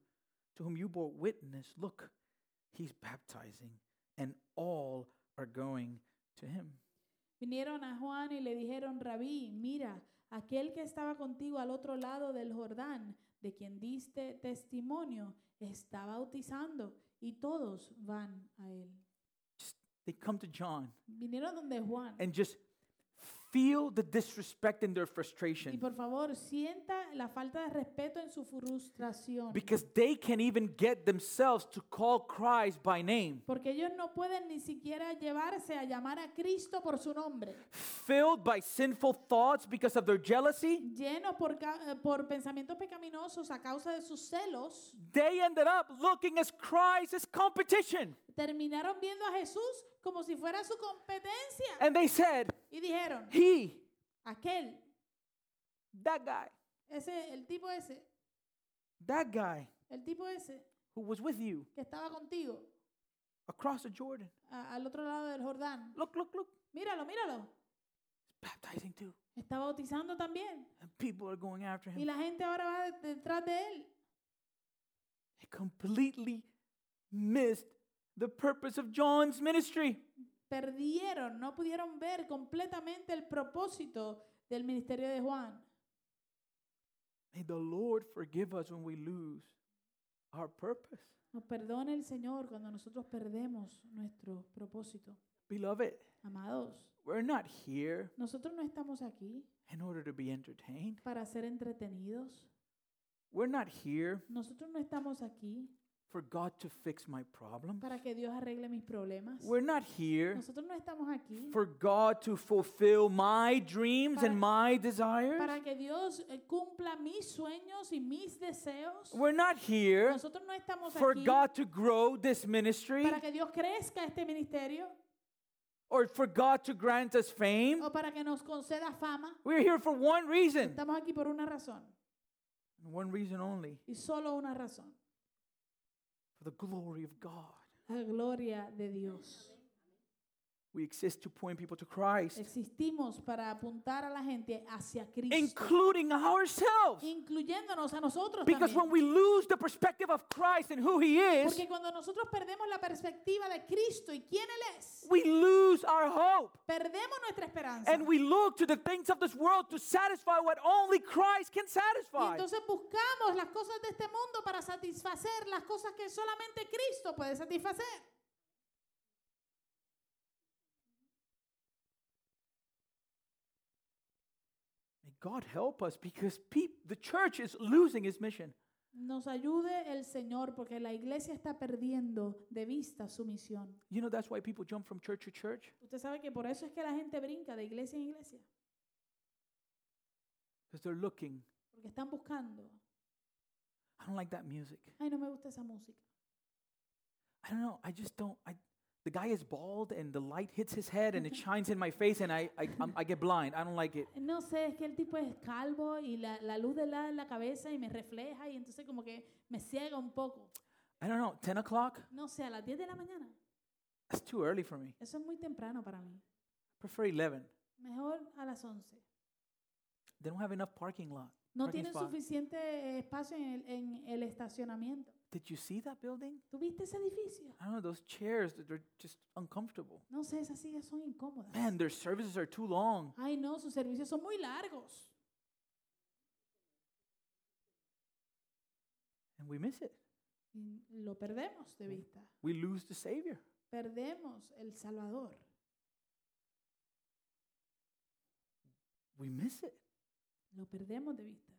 to whom you bore witness, look, he's baptizing, and all are going to him. Vinieron a Juan y le dijeron, Rabí, mira, aquel que estaba contigo al otro lado del Jordán, de quien diste testimonio, está bautizando y todos van a él. They come to John Vinieron donde Juan and just Feel the disrespect and their Y frustration por favor, sienta la falta de respeto en su frustración. because they can't even get themselves to call Christ by name. Porque ellos no pueden ni siquiera llevarse a llamar a Cristo por su nombre. Filled by sinful thoughts because of their jealousy, Llenos por, ca- eh, por pensamientos pecaminosos a causa de sus celos, they ended up looking at Christ as competition. terminaron viendo a Jesús como si fuera su competencia. And they said, Y dijeron, He, aquel, that guy, ese, el tipo ese, that guy el tipo ese who was with you que estaba contigo across the Jordan, a- al otro lado del Jordán, look, look, look, míralo, míralo, baptizing too. está bautizando también. And people are going after Y him. la gente ahora va de- detrás de él. They completely missed the purpose of John's ministry. perdieron, no pudieron ver completamente el propósito del ministerio de Juan. May the Lord forgive us when we lose our purpose. Nos perdone el Señor cuando nosotros perdemos nuestro propósito. Beloved, Amados, we're not here nosotros no estamos aquí in order to be entertained. para ser entretenidos. We're not here Nosotros no estamos aquí for God to fix my problem. para que Dios arregle mis problemas. We're not here Nosotros no estamos aquí for God to fulfill my dreams Para- and my desires. para que Dios eh, cumpla mis sueños y mis deseos. We're not here Nosotros no estamos for aquí God to grow this ministry para que Dios crezca este ministerio or for God to grant us fame. o para que nos conceda fama. We're here for one reason, Estamos aquí por una razón and one reason only y solo una razón, for the glory of God. la gloria de Dios. We exist to point people to Christ, Existimos para apuntar a la gente hacia Cristo, including ourselves. incluyéndonos a nosotros Because when también. we lose the perspective of Christ and who He is, Porque cuando nosotros perdemos la perspectiva de Cristo y quién Él es, we lose our hope. perdemos nuestra esperanza. And we look to the things of this world to satisfy what only Christ can Y satisfy. entonces buscamos las cosas de este mundo para satisfacer las cosas que solamente Cristo puede satisfacer. May God help us because peop- the church is losing its mission. Nos ayude el Señor porque la iglesia está perdiendo de vista su misión. You know, that's why people jump from church to church Usted sabe que por eso es que la gente brinca de iglesia en iglesia. because they're looking. Porque están buscando. I don't like that music. Ay, no me gusta esa música. I don't know. I just don't. I, the guy is bald and the light hits his head and it shines in my face and I, I, I'm, I get blind. I don't like it. No sé, es que el tipo es calvo y la, la luz de la en la cabeza y me refleja y entonces como que me ciega un poco. I don't know. 10 o'clock? No sé, a las 10 de la mañana. That's too early for me. Eso es muy temprano para mí. prefer 11. Mejor a las 11. They don't have enough parking lot. No Parking tienen spot. suficiente eh, espacio en el, en el estacionamiento. Did you see that building? ¿Tuviste ese edificio? I don't know. Those chairs, th- they're just uncomfortable. No sé, esas sillas son incómodas. Man, their services are too long. Ay, no, sus servicios son muy largos. And we miss it. Y Lo perdemos de vista. We lose the Savior. Perdemos el Salvador. We miss it. Lo perdemos de vista.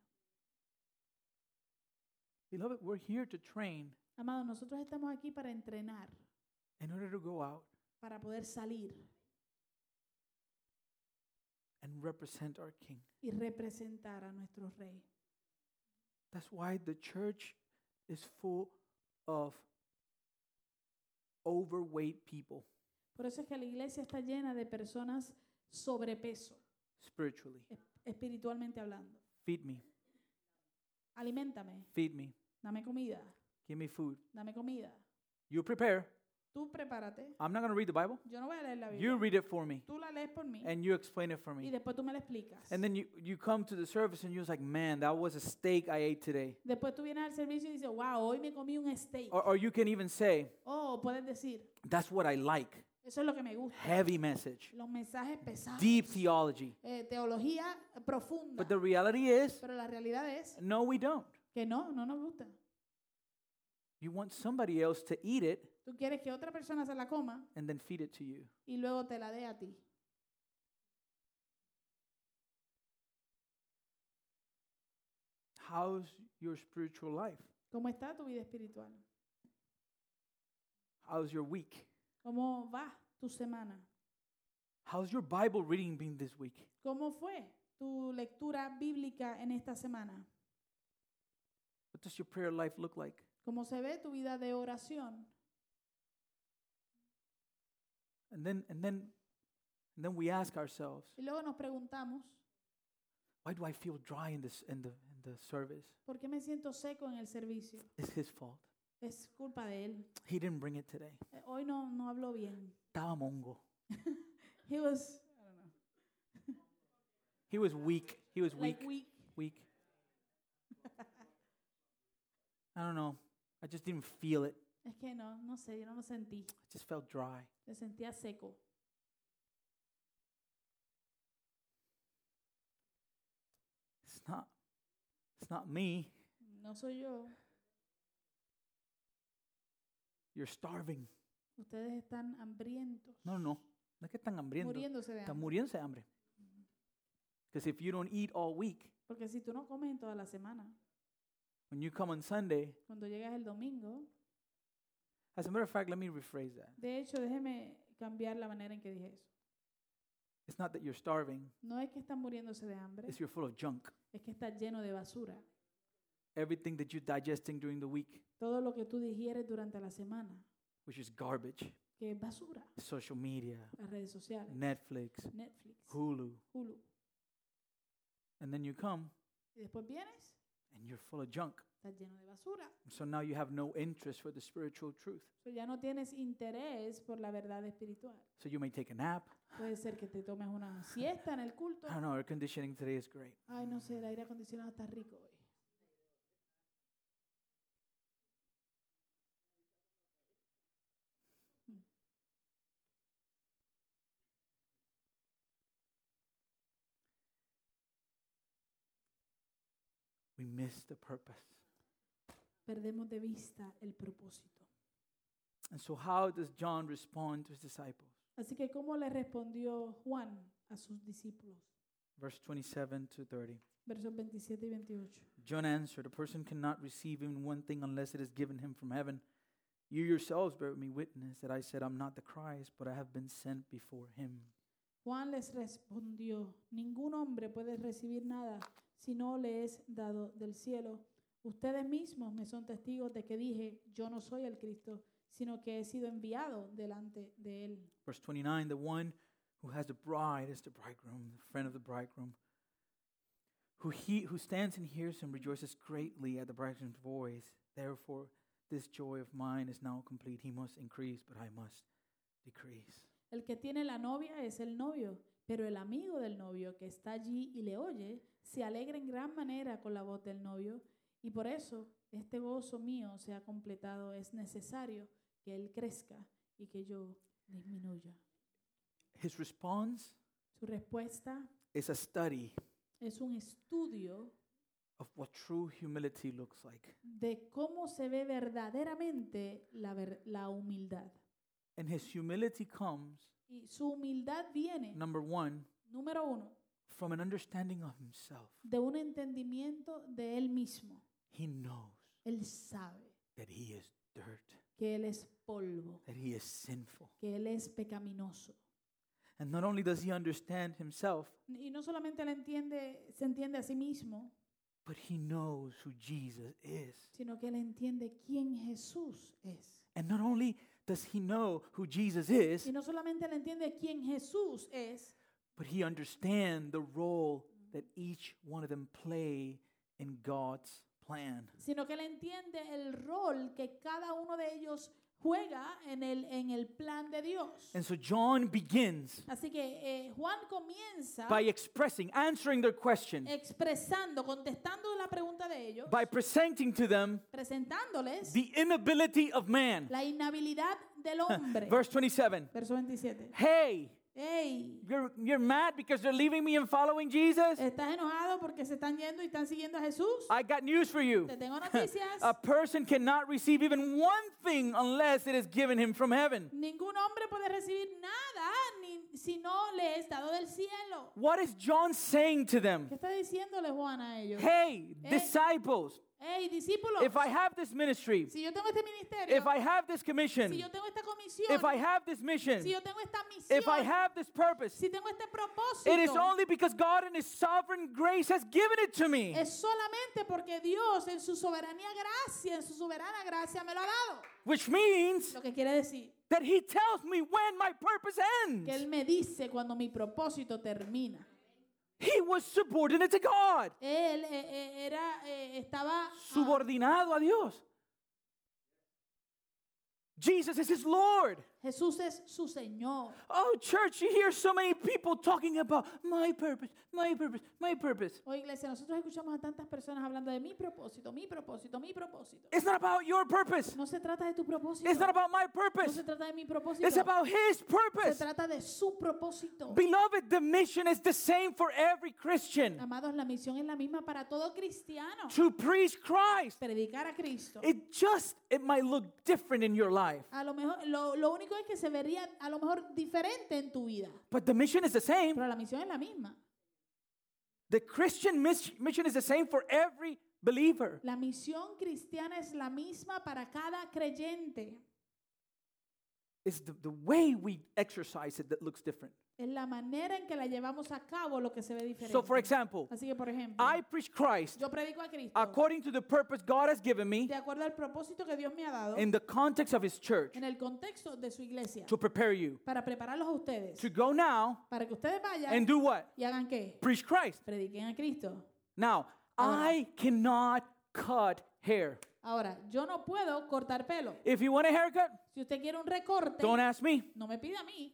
Beloved, we're here to train Amado, nosotros estamos aquí para entrenar, in order to go out para poder salir and represent our King. y representar a nuestro rey. That's why the church is full of overweight people Por eso es que la iglesia está llena de personas sobrepeso, spiritually. es- espiritualmente hablando. Feed me, Aliméntame, feed me, dame comida, give me food. dame comida. You prepare. Tú prepárate. I'm not going to read the Bible. Yo no voy a leer la You Biblia. read it for me Tú la lees por mí and you explain it for y me. después tú me la explicas. And then you, you come to the service and you're just like, man, that was a steak I ate today. Después tú vienes al servicio y dices, wow, hoy me comí un steak. Or, or you can even say, Oh, puedes decir, that's what I like. eso es lo que me gusta. Heavy message, Los mensajes pesados. deep theology. eh, teología profunda. But the reality is, Pero la realidad es no, we don't. que no, no nos gusta. You want somebody else to eat it Tú quieres que otra persona se la coma and then feed it to you. y luego te la dé a ti. How's your spiritual life? ¿Cómo está tu vida espiritual? How's your week? ¿Cómo va tu semana? How's your Bible reading been this week? ¿Cómo fue tu lectura bíblica en esta semana? What does your prayer life look like? ¿Cómo se ve tu vida de oración? And then and then and then we ask ourselves, Y luego nos preguntamos, why do I feel dry in this in the in the service? ¿por qué me siento seco en el servicio? It's his fault. Es culpa de él. He didn't bring it today. Eh, Hoy no, no habló bien. Estaba mongo. He was He was weak. He was weak. like weak. Weak. I don't know. I just didn't feel it. Es que no, no sé, yo no lo sentí. I just felt dry. Me sentía seco. It's not it's not me. No soy yo. You're starving. Ustedes están hambrientos. No, no. No es que están hambrientos. Muriéndose de Están hambre. muriéndose de hambre. Because if you don't eat all week, Porque si tú no comes en toda la semana, when you come on Sunday, cuando llegas el domingo, as a matter of fact, let me rephrase that. de hecho, déjeme cambiar la manera en que dije eso. It's not that you're starving, No es que están muriéndose de hambre, it's you're full of junk. es que está lleno de basura. Everything that you're digesting during the week, Todo lo que tú digieres durante la semana, which is garbage, que es basura. social media, Las redes sociales, Netflix, Netflix, Hulu. Hulu. And then you come Y después vienes, and you're full of junk. estás lleno de basura. So now you have no interest for the spiritual truth. So, ya no tienes interés por la verdad espiritual. So you may take a nap. Puede ser que te tomes una siesta en el culto. I don't know, air conditioning today is great. Ay, no sé, el aire acondicionado está rico hoy. We miss the purpose. Perdemos de vista el propósito. And so, how does John respond to his disciples? Así que, ¿cómo le respondió Juan a sus discípulos? Verse 27 to 30. Versos 27 y 28. John answered, A person cannot receive even one thing unless it is given him from heaven. You yourselves bear me witness that I said, I'm not the Christ, but I have been sent before him. Juan les respondió, ningún hombre puede recibir nada si no le es dado del cielo. Ustedes mismos me son testigos de que dije, yo no soy el Cristo, sino que he sido enviado delante de él. Verse 29 The one who has the bride is the bridegroom, the friend of the bridegroom. Who he who stands and hears him rejoices greatly at the bridegroom's voice. Therefore, this joy of mine is now complete. He must increase, but I must decrease. El que tiene la novia es el novio, pero el amigo del novio que está allí y le oye, se alegra en gran manera con la voz del novio, y por eso este gozo mío se ha completado. Es necesario que él crezca y que yo disminuya. His response Su respuesta is a study es un estudio of what true humility looks like. de cómo se ve verdaderamente la, ver- la humildad. And his humility comes, Y su humildad viene, number one, número uno, from an understanding of himself. de un entendimiento de él mismo. He knows Él sabe that he is dirt, que él es polvo, that he is sinful. que él es pecaminoso. And not only does he understand himself, Y no solamente él entiende, se entiende a sí mismo, but he knows who Jesus is. sino que él entiende quién Jesús es. And not only does he know who Jesus is, Y no solamente él entiende quién Jesús es, but he understands the role that each one of them play in God's plan. sino que él entiende el rol que cada uno de ellos juega en el, en el plan de Dios. And so John begins Así que eh, Juan comienza by expressing, answering their question, expresando, contestando la pregunta de ellos, by presenting to them presentándoles the inability of man. la inhabilidad del hombre. Verse 27. Verso 27. Hey, Hey, You're, you're mad because they're leaving me and following Jesus? ¿estás enojado porque se están yendo y están siguiendo a Jesús? I got news for you. Te tengo noticias. A person cannot receive even one thing unless it is given him from heaven. Ningún hombre puede recibir nada ni, si no le es dado del cielo. What is John saying to them? ¿Qué está diciéndole Juan a ellos? Hey, Hey. disciples, Hey, discípulos, if I have this ministry, si yo tengo este ministerio, if I have this si commission, yo tengo esta comisión, if I have this si mission, yo tengo esta misión, if I have this purpose, si tengo este propósito, it is only because God in His sovereign grace has given it to me. es solamente porque Dios en su soberanía gracia, en su soberana gracia me lo ha dado. Which means Lo que quiere decir that He tells me when my purpose que Él ends. me dice cuando mi propósito termina. He was subordinate to God, Él eh, eh, era, eh, estaba ah, subordinado a Dios. Jesus is His Lord. Jesús es su Señor. Oh, church, you hear so many people talking about my purpose, my purpose, my purpose. Oh, iglesia, nosotros escuchamos a tantas personas hablando de mi propósito, mi propósito, mi propósito. It's not about your purpose. No se trata de tu propósito. It's not about my No purpose. se trata de mi propósito. It's about His Se purpose. trata de su propósito. Beloved, the mission is the same for every Christian Amados, la misión es la misma para todo cristiano. to preach Christ. Predicar a Cristo. It just, it might look different in your life, A lo mejor, lo, lo único es que se vería a lo mejor diferente en tu vida. but the mission is the same. Pero la misión es la misma. The Christian mis- mission is the same for every believer. La misión cristiana es la misma para cada creyente. It's the, the way we exercise it that looks different. Es la manera en que la llevamos a cabo lo que se ve diferente. So, for example, Así que, por ejemplo, I preach Christ yo predico a Cristo according to the purpose God has given me de acuerdo al propósito que Dios me ha dado in the context of His church en el contexto de su iglesia to prepare you para prepararlos a ustedes to go now para que ustedes vayan and do what? y hagan qué? Preach Christ. Prediquen a Cristo. Now, I cannot cut hair. Ahora, yo no puedo cortar pelo. If you want a haircut, Si usted quiere un recorte, don't ask me. no me pida a mí.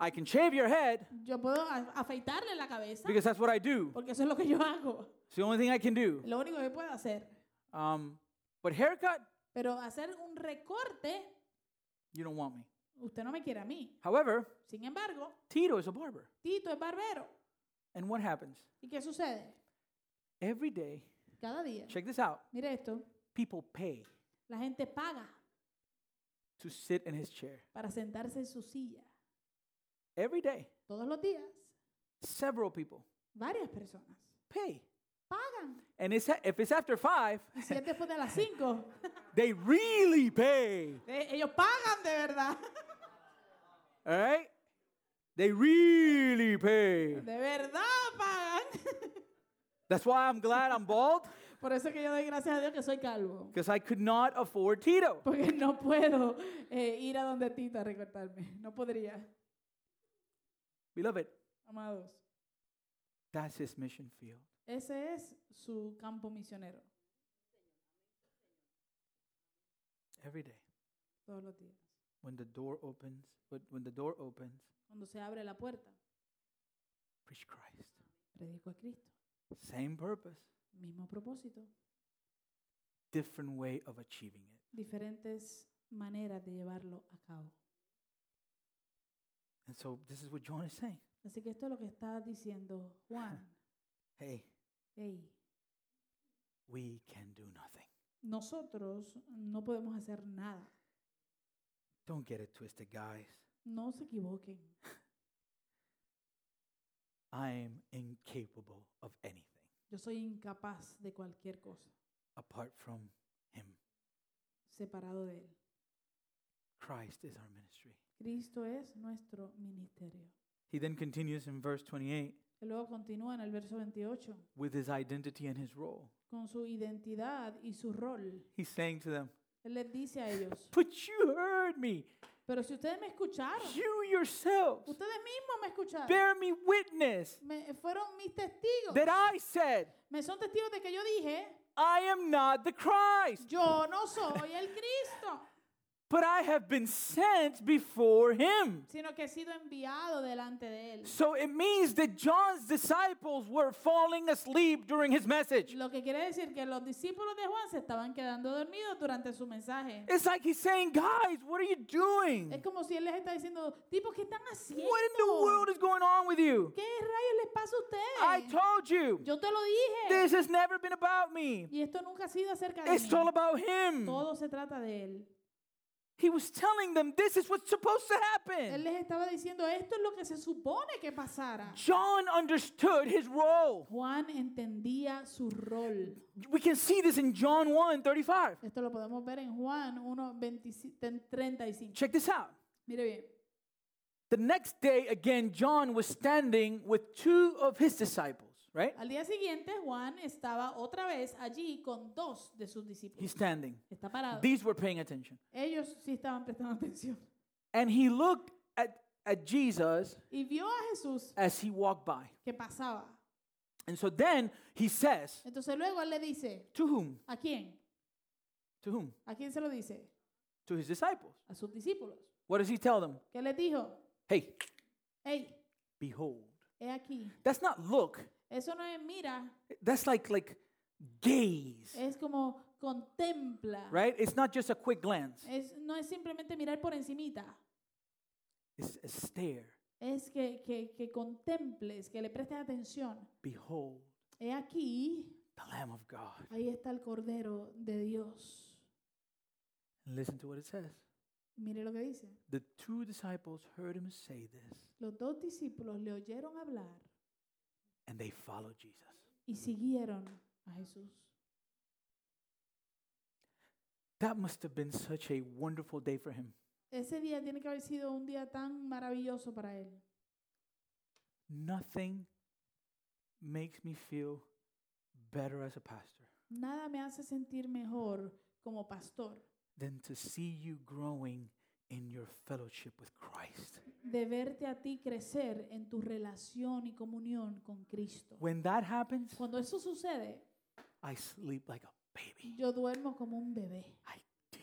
I can shave your head Yo puedo a- afeitarle la cabeza because that's what I do. porque eso es lo que yo hago. It's the only thing I can do. Lo único que puedo hacer. Um, but haircut, Pero hacer un recorte, you don't want me. usted no me quiere a mí. However, Sin embargo, Tito is a barber. Tito es barbero. And what happens? ¿Y qué sucede? Every day, Cada día. check this out, Mire esto. people pay La gente paga to sit in his chair. para sentarse en su silla. Every day, Todos los días. several people Varias personas pay. pagan. And it's, if it's after five, Y si es después de las 5, they really pay. ellos pagan de verdad. All right? They really pay. De verdad pagan. That's why I'm glad I'm bald Por eso es que yo doy gracias a Dios que soy calvo. because I could not afford Tito. Porque no puedo eh, ir a donde Tito a recortarme. No podría, Beloved, amados. that's his mission field. Ese es su campo misionero Every day, todos los días. when the door opens, but when the door opens, Cuando se abre la puerta, preach Christ. predico a Cristo. Same purpose, Mismo propósito, different way of achieving it. diferentes maneras de llevarlo a cabo. And so this is what John is saying. Así que esto es lo que está diciendo Juan. Hey, Hey, we can do nothing. nosotros no podemos hacer nada. Don't get it twisted, guys. No se equivoquen. I am incapable of anything Yo soy incapaz de cualquier cosa apart from him. separado de Él. Christ is our ministry. Cristo es nuestro ministerio. He then continues in verse 28 Y luego continúa en el verso 28 with his identity and his role. con su identidad y su rol. He's saying to them, Él les dice a ellos, But you heard me. pero si ustedes me escucharon, You yourselves ustedes mismos me escucharon, bear me witness me, fueron mis testigos, that I said, me son testigos de que yo dije, I am not the Christ. yo no soy el Cristo. but I have been sent before him. sino que he sido enviado delante de él. So it means that John's disciples were falling asleep during his message. Lo que quiere decir que los discípulos de Juan se estaban quedando dormidos durante su mensaje. It's like he's saying, guys, what are you Es doing? como si él les está diciendo, tipo, ¿qué están haciendo? What in the world is going on with you? ¿Qué rayos les pasa a I ustedes? told you, Yo te lo dije. this has never been about me. Y esto nunca ha sido acerca de It's mí. all about him. Todo se trata de él. He was telling them this is what's supposed to Él happen. les estaba diciendo, esto es lo que se supone que pasara. John understood his role. Juan entendía su rol. We can see this in John 1 35. Esto lo podemos ver en Juan 1, 35. Check this out. Mire bien. The next day, again, John was standing with two of his disciples, right? Al día siguiente, Juan estaba otra vez allí con dos de sus He's discípulos. standing. Está parado. These were paying attention. Ellos sí estaban prestando atención. And he looked at, at Jesus Y vio a Jesús as he walked by. que pasaba. And so then he says, Entonces luego él le dice, To whom? ¿a quién? To whom? ¿A quién se lo dice? To his disciples. A sus discípulos. What does he tell them? ¿Qué les dijo? Hey, Hey, behold. he aquí. That's not look. Eso no es mira, That's like like gaze. es como contempla. right? It's not just a quick glance, Es, no es simplemente mirar por encimita. it's a stare. Es que, que, que contemples, que le prestes atención. Behold He aquí, the Lamb of God. ahí está el Cordero de Dios. And listen to what it says. Mire lo que dice. The two disciples heard him say this, Los dos discípulos le oyeron hablar and they followed Jesus. y siguieron a Jesús. That must have been such a wonderful day for him. Ese día tiene que haber sido un día tan maravilloso para él. Nothing makes me feel better as a pastor Nada me hace sentir mejor como pastor than to see you growing in your fellowship with Christ. de verte a ti crecer en tu relación y comunión con Cristo. When that happens, Cuando eso sucede, I sleep like a baby. yo duermo como un bebé.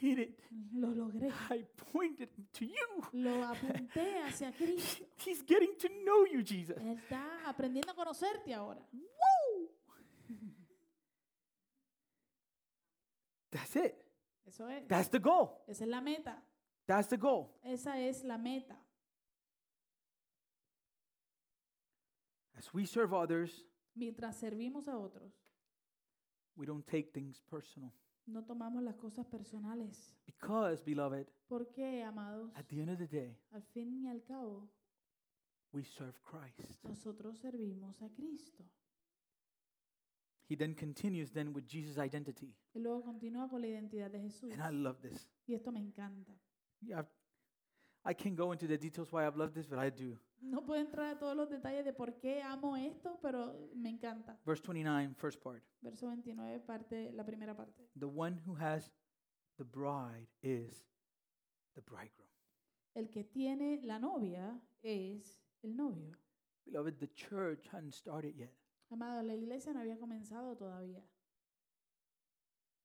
Did it. Lo logré. I pointed to you. Lo apunté hacia Cristo. He's getting to know you, Jesus. Él está aprendiendo a conocerte ahora. Woo! That's it. Eso es. That's the goal. Esa es la meta. That's the goal. Esa es la meta. As we serve others, Mientras servimos a otros, we don't take things personal. no tomamos las cosas personales. Because, beloved, Porque, amados, at the end of the day, al fin y al cabo, we serve Christ. nosotros servimos a Cristo. He then continues then with Jesus' identity. Y luego continúa con la identidad de Jesús. And I love this. Y esto me encanta. Yeah, I've- I can't go into the details why I've loved this, but I do. No puedo entrar a todos los detalles de por qué amo esto, pero me encanta. Verse 29, first part. Verso 29, parte, la primera parte. The one who has the bride is the bridegroom. El que tiene la novia es el novio. Beloved, the church hadn't started yet. Amado, la iglesia no había comenzado todavía,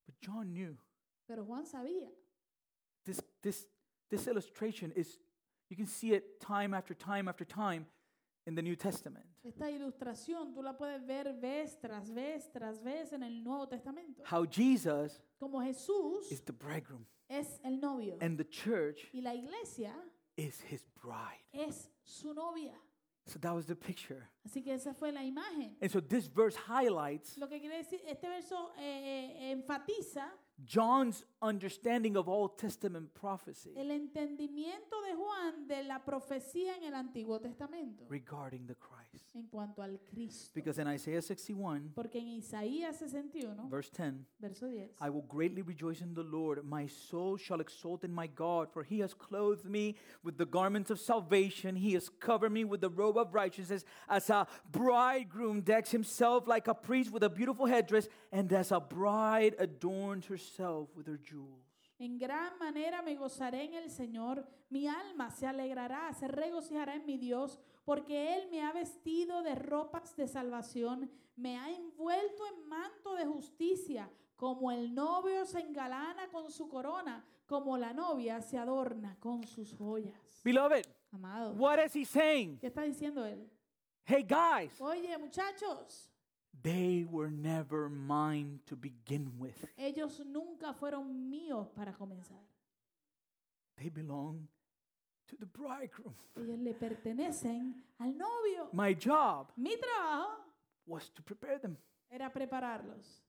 But John knew pero Juan sabía. this this this illustration is you can see it time after time after time in the New Testament. Esta ilustración tú la puedes ver vez tras vez tras vez en el Nuevo Testamento. How Jesus Como Jesús is the bridegroom es el novio and the church y la iglesia is his bride. es su novia. So that was the picture. Así que esa fue la imagen. And so this verse highlights Lo que quiere decir, este verso eh, eh, enfatiza John's understanding of Old Testament prophecy el entendimiento de Juan de la profecía en el Antiguo Testamento regarding the Christ. en cuanto al Cristo. Because in Isaiah 61, Porque en Isaías 61, verse 10, verso 10, I will greatly rejoice in the Lord. My soul shall exult in my God, for he has clothed me with the garments of salvation. He has covered me with the robe of righteousness, as a bridegroom decks himself like a priest with a beautiful headdress, and as a bride adorns herself with her jewels. En gran manera me gozaré en el Señor, mi alma se alegrará, se regocijará en mi Dios, porque Él me ha vestido de ropas de salvación, me ha envuelto en manto de justicia, como el novio se engalana con su corona, como la novia se adorna con sus joyas. Beloved, Amado, what is he saying? ¿qué está diciendo él? Hey guys, Oye, muchachos, they were never mine to begin with. ellos nunca fueron míos para comenzar. They belong to the bridegroom. Ellos le pertenecen al novio. My job Mi trabajo was to prepare them. era prepararlos.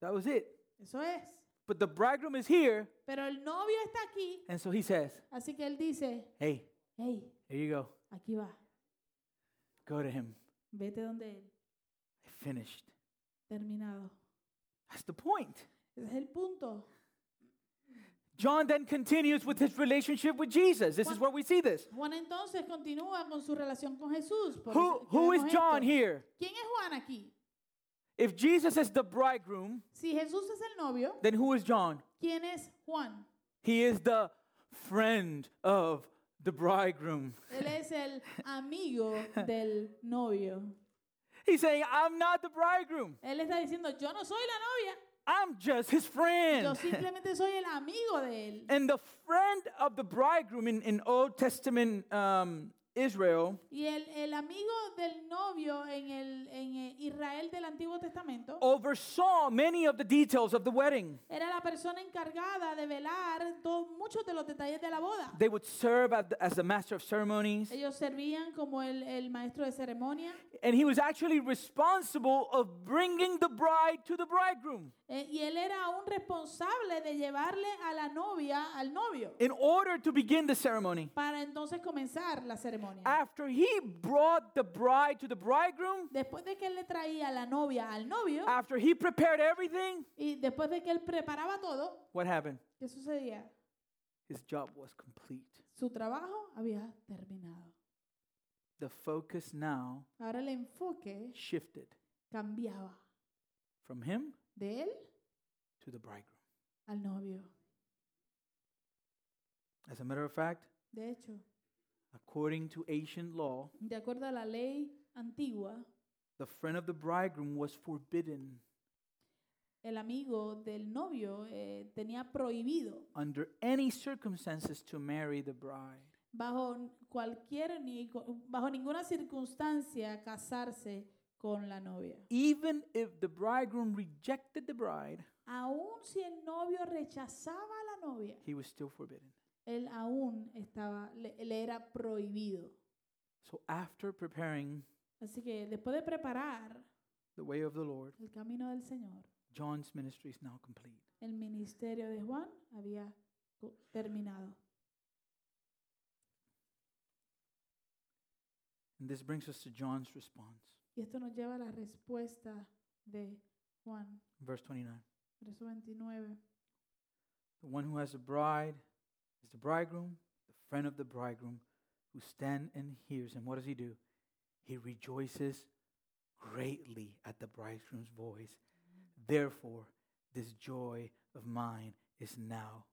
That was it. Eso es. But the bridegroom is here, Pero el novio está aquí, and so he says, así que él dice, "Hey, hey, here you go. aquí va, Go to him. vete donde él. I finished." Terminado. That's the point. Ese es el punto. John then continues with his relationship with Jesus. This is where we see this. Juan entonces continúa con su relación con Jesús. Por Who eso who is vemos John esto. here? ¿Quién es Juan aquí? If Jesus is the bridegroom, Si Jesús es el novio, then who is John? ¿quién es Juan? He is the friend of the bridegroom. Él es el amigo del novio. He's saying, "I'm not the bridegroom. Él está diciendo, yo no soy la I'm just his novia, yo friend." simplemente soy el amigo de él. And the friend of the bridegroom in, in Old Testament um, Israel Y el, el amigo del novio en, el, en eh, Israel del Antiguo Testamento Oh. oversaw many of the details of the wedding. era la persona encargada de velar todos muchos de los detalles de la boda. They would serve at the- as the master of ceremonies, Ellos servían como el, el maestro de ceremonia and he was actually responsible of bringing the bride to the bridegroom eh, y él era un responsable de llevarle a la novia al novio in order to begin the ceremony. para entonces comenzar la ceremonia. After he brought the bride to the bridegroom, Después de que él le traía la novia al novio after he prepared everything, y después de que él preparaba todo, what happened? ¿qué sucedía? His job was complete. Su trabajo había terminado. The focus now Ahora el enfoque shifted cambiaba from him de él to the bridegroom. al novio. As a matter of fact, De hecho, according to ancient law, de acuerdo a la ley antigua, the friend of the bridegroom was forbidden el amigo del novio eh, tenía prohibido under any circumstances to marry the bride. bajo n- cualquier ni co- bajo ninguna circunstancia casarse con la novia. Even if the bridegroom rejected the bride, Aún si el novio rechazaba a la novia, he was still forbidden. él aún estaba le, le era prohibido. So after preparing Así que después de preparar the way of the Lord, el camino del Señor, John's ministry is now complete. el ministerio de Juan había co- terminado. And this brings us to John's response. Y esto nos lleva a la respuesta de Juan, Verse 29. verso 29. The one who has a bride is the bridegroom, the friend of the bridegroom, who stand and hears. And what does he do? He rejoices greatly at the bridegroom's voice. Therefore, this joy of mine is now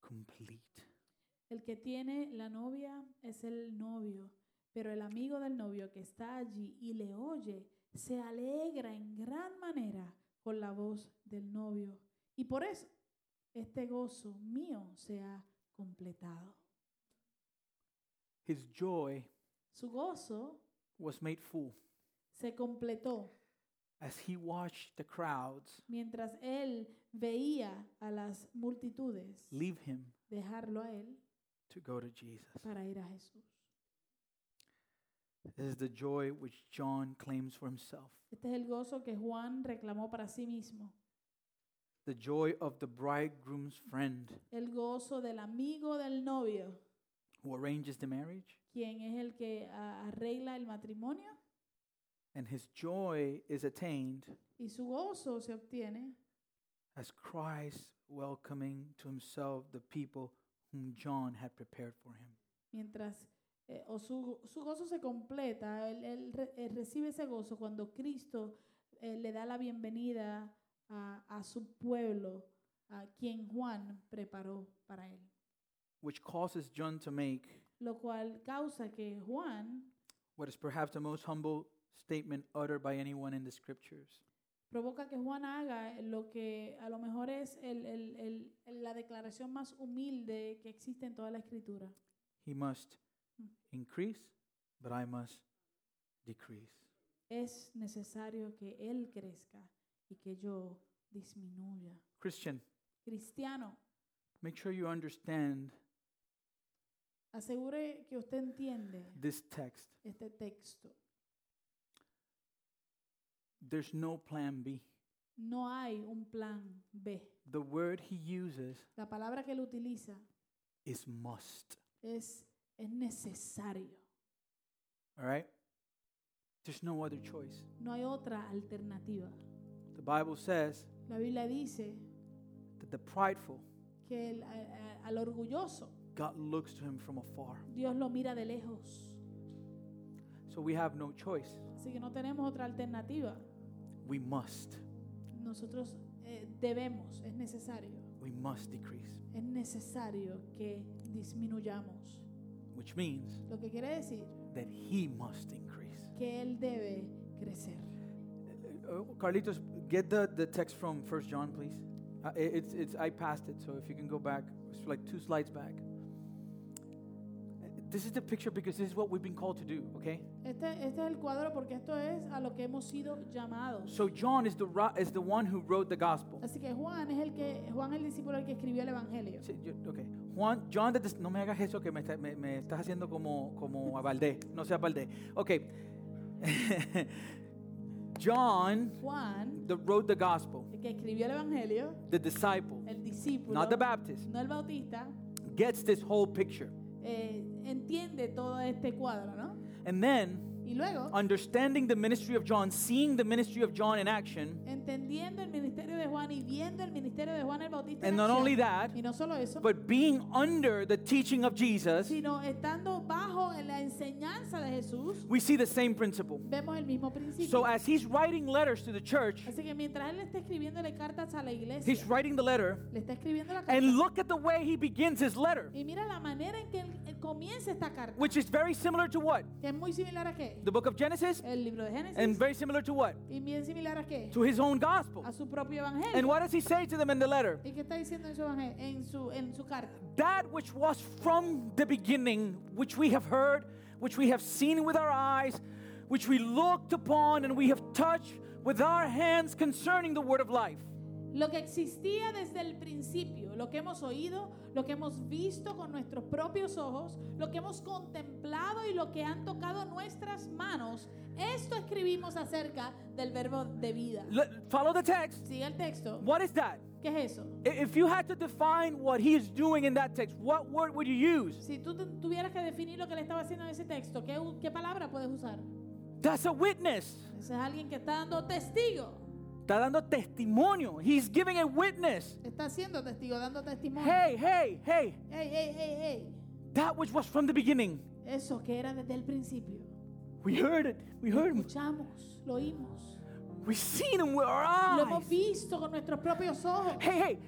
complete. El que tiene la novia es el novio, pero el amigo del novio que está allí y le oye se alegra en gran manera con la voz del novio. Y por eso este gozo mío se ha completado. His joy Su gozo was made full se completó as he watched the crowds mientras él veía a las multitudes leave him dejarlo a él to go to Jesus. para ir a Jesús. This is the joy which John claims for himself. Este es el gozo que Juan reclamó para sí mismo, The joy of the bridegroom's friend el gozo del amigo del novio. who arranges the marriage. quien es el que a- arregla el matrimonio And his joy is attained y su gozo se obtiene as Christ welcoming to himself the people whom John had prepared for him. mientras eh, o su, su gozo se completa, él, él re- él recibe ese gozo cuando Cristo eh, le da la bienvenida a, a su pueblo, a quien Juan preparó para él, Which causes John to make lo cual causa que Juan what is perhaps the most humble statement uttered by anyone in the scriptures. provoca que Juan haga lo que a lo mejor es el- el- el- el- la declaración más humilde que existe en toda la escritura. He must Mm. increase, but I must decrease. Es necesario que Él crezca y que yo disminuya. Christian, Cristiano, make sure you understand asegure que usted entiende this text. este texto. There's no plan B. No hay un plan B. The word he uses La palabra que Él utiliza is must. es, es necesario. All right? There's no other choice. No hay otra alternativa. The Bible says La Biblia dice that the prideful, que el- a- a- al orgulloso God looks to him from afar. Dios lo mira de lejos. So we have no choice. Así que no tenemos otra alternativa. We must. Nosotros eh, debemos, es necesario, We must decrease, es necesario que disminuyamos. which means Lo que quiere decir that he must increase. que Él debe crecer. Uh, Carlitos, get the, the text from First John, please. Uh, it- it's, it's, I passed it, so if you can go back, it's like two slides back. Uh, This is the picture because this is what we've been called to do, okay? Este, este es el cuadro porque esto es a lo que hemos sido llamados. So John is the, ri- is the one who wrote the gospel. Así que Juan es el que Juan el discípulo el que escribió el evangelio. Sí, yo- Okay. Juan, John the Dis- no me hagas eso que me, está- me- me estás haciendo como, como a Valdés. No sea Valdés. Okay. John Juan the, wrote the gospel, el que escribió el evangelio, the disciple, el discípulo, not the Baptist, no el bautista, gets this whole picture. eh, entiende todo este cuadro, ¿no? And then, Y luego understanding the ministry of John, seeing the ministry of John in action, entendiendo el ministerio de Juan y viendo el ministerio de Juan el Bautista. en and not acción. only that, y no solo eso, but being under the teaching of Jesus, sino estando bajo en la enseñanza de Jesús, we see the same principle. vemos el mismo principio. So, as he's writing letters to the church, Así que mientras él está escribiéndole cartas a la iglesia, he's writing the letter. le está escribiendo la carta. And look at the way he begins his letter, y mira la manera en que él, él comienza esta carta, which is very similar to what? que es muy similar a qué? The book of Genesis, El libro de and Génesis. very similar to what? Y bien similar a qué? To his own gospel. A su propio And evangelio. what does he say to them in the letter? ¿Y qué está diciendo en su, evangel- en su, en su carta? That which was from the beginning, which we have heard, which we have seen with our eyes, which we looked upon and we have touched with our hands concerning the word of life. Lo que existía desde el principio, lo que hemos oído, lo que hemos visto con nuestros propios ojos, lo que hemos contemplado y lo que han tocado nuestras manos, esto escribimos acerca del verbo de vida. L- follow the text. Sigue el texto. What is that? ¿Qué es eso? I- If you had to define what he is doing in that text, what word would you use? Si tú te- tuvieras que definir lo que le estaba haciendo en ese texto, ¿qué, u- qué palabra puedes usar? That's a witness. Ese es alguien que está dando testigo. Está dando testimonio. He's giving a witness. Está siendo testigo, dando testimonio. Hey, hey, hey. Hey, hey, hey, hey. That which was from the beginning. Eso que era desde el principio. We heard it. We heard him. Escuchamos, lo oímos. We've seen him with our Lo hemos eyes. visto con nuestros propios ojos. Hey, hey.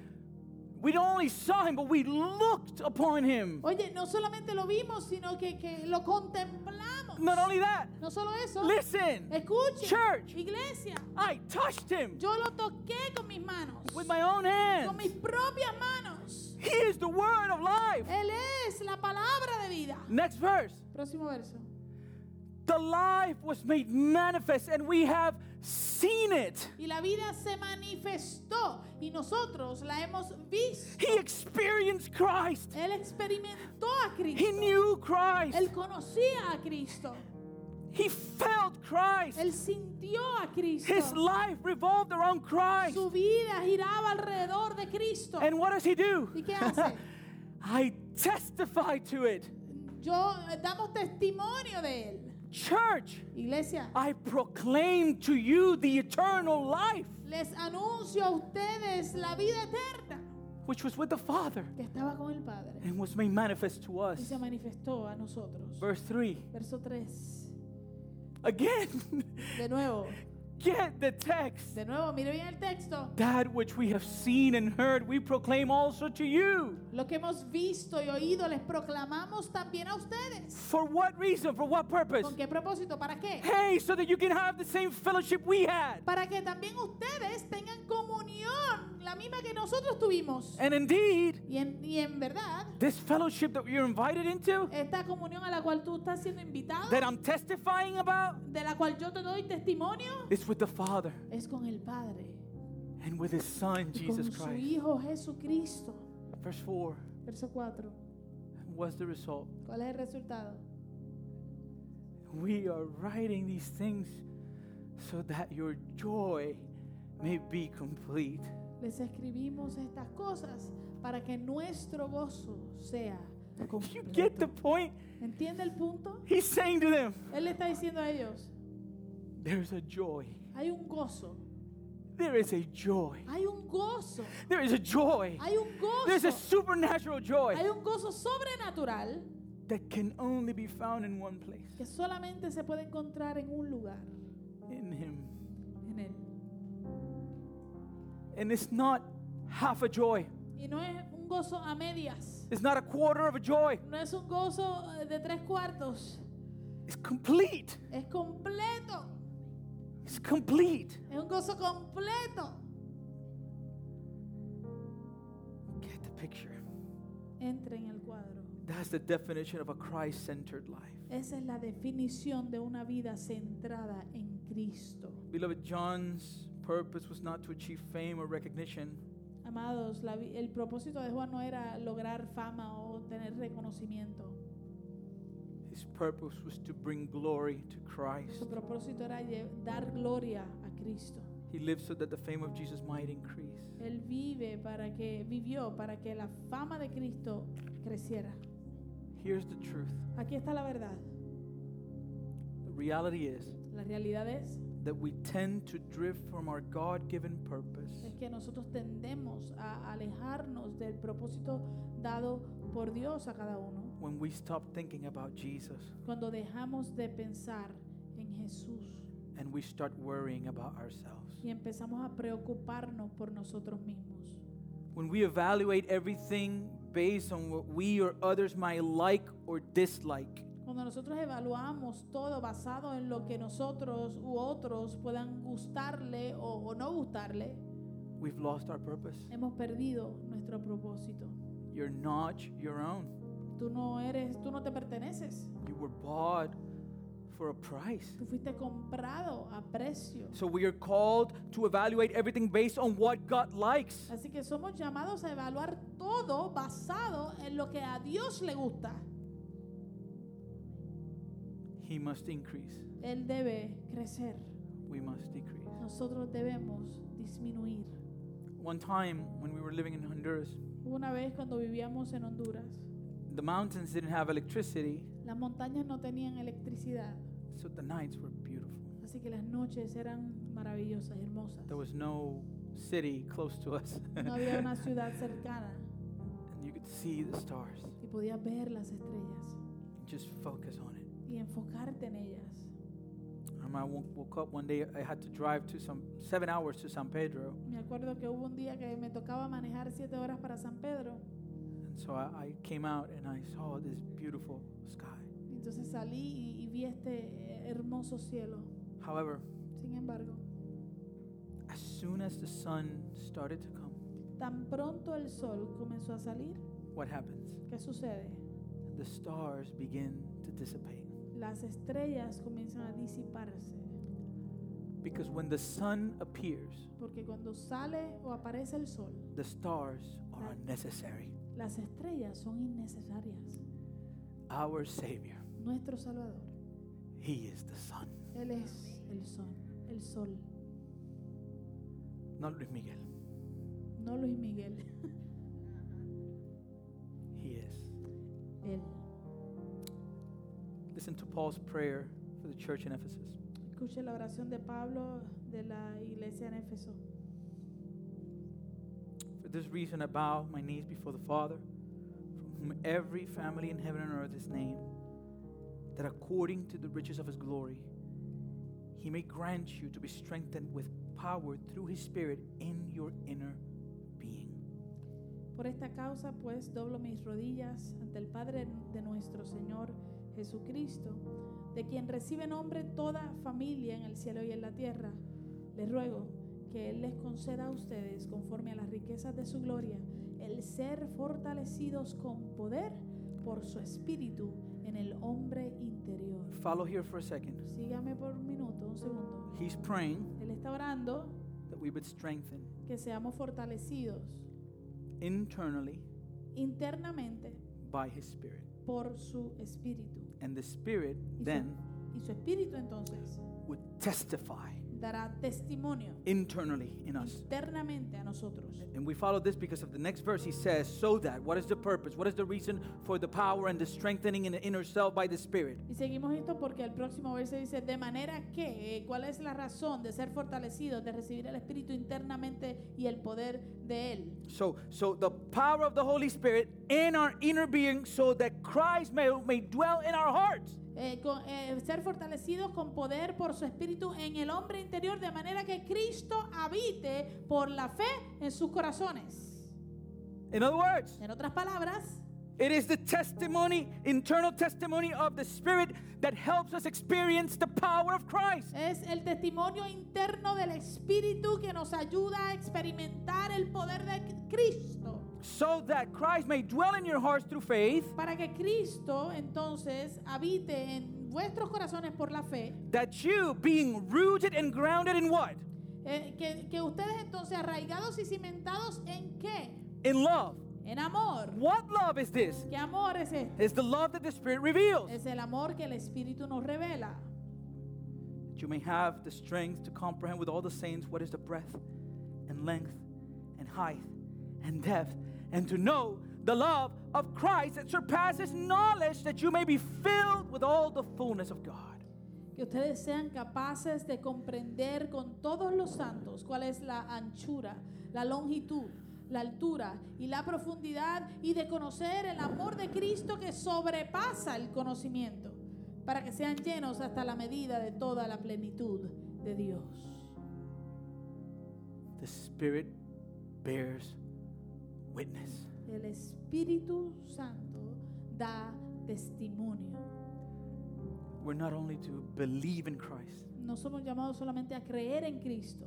We don't only saw him, but we looked upon him. Oye, no solamente lo vimos, sino que, que lo contemplamos. Not only that, No solo eso. listen. Escuchen. Church. Iglesia. I touched him Yo lo toqué con mis manos. with my own Con mis hands. propias manos. He is the word of life. Él es la palabra de vida. Next verse. Próximo verso. The life was made manifest, and we have seen it. Y la vida se manifestó y nosotros la hemos visto. He experienced Christ. Él experimentó a He Cristo. knew Christ. Él conocía a Cristo. He felt Christ. Él sintió a His Cristo. life revolved around Christ. Su vida giraba alrededor de Cristo. And what does he do? ¿Y qué hace? I testify to it. Yo eh, damos testimonio de él. Church, Iglesia, I proclaim to you the eternal life les anuncio a ustedes la vida eterna which was with the Father que estaba con el Padre and was made manifest to y us. se manifestó a nosotros. Verse 3. Verso 3. Again, De nuevo, Get the text. De nuevo, mire bien el texto. That which we have seen and heard, we proclaim also to you. Lo que hemos visto y oído les proclamamos también a ustedes. For what reason? For what purpose? ¿Con qué propósito? ¿Para qué? Hey, so that you can have the same fellowship we had. Para que también ustedes tengan comunión, la misma que nosotros tuvimos. And indeed, Y en, y en verdad, this fellowship that you're invited into, esta comunión a la cual tú estás siendo invitado, that I'm testifying about, de la cual yo te doy testimonio, is with the Father es con el Padre, and with His Son, y con Jesus su Christ. Hijo Jesucristo. Verse 4. Verso 4. What's the result? ¿Cuál es el resultado? We are writing these things so that your joy may be complete. Les escribimos estas cosas para que nuestro gozo sea You get the completo. point? ¿Entiende el punto? He's saying to them, Él le está diciendo a ellos, there's a joy. hay un gozo, There is a joy. hay un gozo, There is a joy. hay un There's a gozo, supernatural joy hay un gozo sobrenatural that can only be found in one place que solamente se puede encontrar en un lugar, in Him. en Él. And it's not half a joy, Y no es un gozo a medias, it's not a quarter of a joy. no es un gozo eh, de tres cuartos, It's complete. es completo, It's complete. es un gozo completo. Get the picture. Entra en el cuadro. That's the definition of a Christ centered life. Esa es la definición de una vida centrada en Cristo. Beloved, John's purpose was not to achieve fame or recognition. Amados, la vi- el propósito de Juan no era lograr fama o tener reconocimiento. His purpose was to bring glory to Christ. Su propósito era lle- dar gloria a Cristo. He lived so that the fame of Jesus might increase. Él vive para que vivió para que la fama de Cristo creciera. Here's the truth Aquí está la verdad. the reality is La realidad es, that we tend to drift from our God given purpose es que nosotros tendemos a alejarnos del propósito dado por Dios a cada uno when we stop thinking about Jesus cuando dejamos de pensar en Jesús and we start worrying about ourselves. y empezamos a preocuparnos por nosotros mismos. When we evaluate everything based on what we or others might like or dislike, Cuando nosotros evaluamos todo basado en lo que nosotros u otros puedan gustarle o, o no gustarle, we've lost our purpose. hemos perdido nuestro propósito. You're not your own. Tú no eres, tú no te perteneces. You were bought for a price. Tú fuiste comprado a precio. So we are called to evaluate everything based on what God likes. Así que somos llamados a evaluar todo basado en lo que a Dios le gusta. He must increase, Él debe crecer. we must decrease. Nosotros debemos disminuir. One time when we were living in Honduras, Una vez cuando vivíamos en Honduras, the mountains didn't have electricity, las montañas no tenían electricidad. so the nights were beautiful. Así que las noches eran maravillosas, hermosas. There was no city close to us, No había una ciudad cercana and you could see the stars. y podías ver las estrellas Just focus on it. y enfocarte en ellas. I remember I wo- woke up one day. I had to drive to some seven hours to San Pedro, Me acuerdo que hubo un día que me tocaba manejar siete horas para San Pedro. and so I, I came out and I saw this beautiful sky. Y Entonces salí y, y vi este eh, hermoso cielo. However, Sin embargo, As soon as the sun started to come, tan pronto el sol comenzó a salir, what happens? ¿qué sucede? The stars begin to dissipate. Las estrellas comienzan a disiparse. Because when the sun appears, Porque cuando sale o aparece el sol, the stars are unnecessary. las estrellas son innecesarias. Our Savior, Nuestro Salvador. He is the sun. Él es el sol, el sol, Not Luis Miguel. no Luis Miguel, He is. él. Listen to Paul's prayer for the church in Ephesus. Escuche la oración de Pablo de la iglesia en Éfeso. For this reason, I bow my knees before the Father, from whom every family in heaven and earth is named, that according to the riches of his glory, he He may grant you to be strengthened with power through His Spirit in your inner being. Por esta causa, pues, doblo mis rodillas ante el Padre de nuestro Señor Jesucristo, de quien recibe nombre toda familia en el cielo y en la tierra. Les ruego que Él les conceda a ustedes, conforme a las riquezas de su gloria, el ser fortalecidos con poder por su espíritu en el hombre interior. Follow here for a second. Sígame por un minuto, un segundo. He's praying Él está orando that we would strengthen que seamos fortalecidos internally internamente by His Spirit. por su espíritu. And the Spirit then Y su espíritu entonces would testify dará testimonio internally in us. internamente a nosotros. And we follow this because of the next verse. He says, So that, what is the purpose? What is the reason for the power and the strengthening in the inner self by the Spirit? Y seguimos esto porque el próximo verso dice, de manera que, eh, ¿cuál es la razón de ser fortalecidos, de recibir el Espíritu internamente y el poder de Él? So, so the power of the Holy Spirit in our inner being, so that Christ may, may dwell in our hearts. Eh, con- eh, ser fortalecidos con poder por su Espíritu en el hombre interior, de manera que Cristo habite por la fe en sus corazones. In other words, En otras palabras, it is the testimony, internal testimony of the Spirit that helps us experience the power of Christ. es el testimonio interno del Espíritu que nos ayuda a experimentar el poder de Cristo. So that Christ may dwell in your hearts through faith, para que Cristo entonces habite en vuestros corazones por la fe, that you, being rooted and grounded in what? eh, que, que ustedes entonces arraigados y cimentados en qué? In love. En amor. What love is this? ¿Qué amor es este? It's the love that the Spirit reveals. Es el amor que el Espíritu nos revela. that you may have the strength to comprehend with all the saints what is the breadth and length and height and depth, and to know the love of Christ that surpasses knowledge, that you may be filled with all the fullness of God. Que ustedes sean capaces de comprender con todos los santos cuál es la anchura, la longitud, la altura y la profundidad y de conocer el amor de Cristo que sobrepasa el conocimiento para que sean llenos hasta la medida de toda la plenitud de Dios. The Spirit bears witness. El Espíritu Santo da testimonio. We're not only to believe in Christ, No somos llamados solamente a creer en Cristo,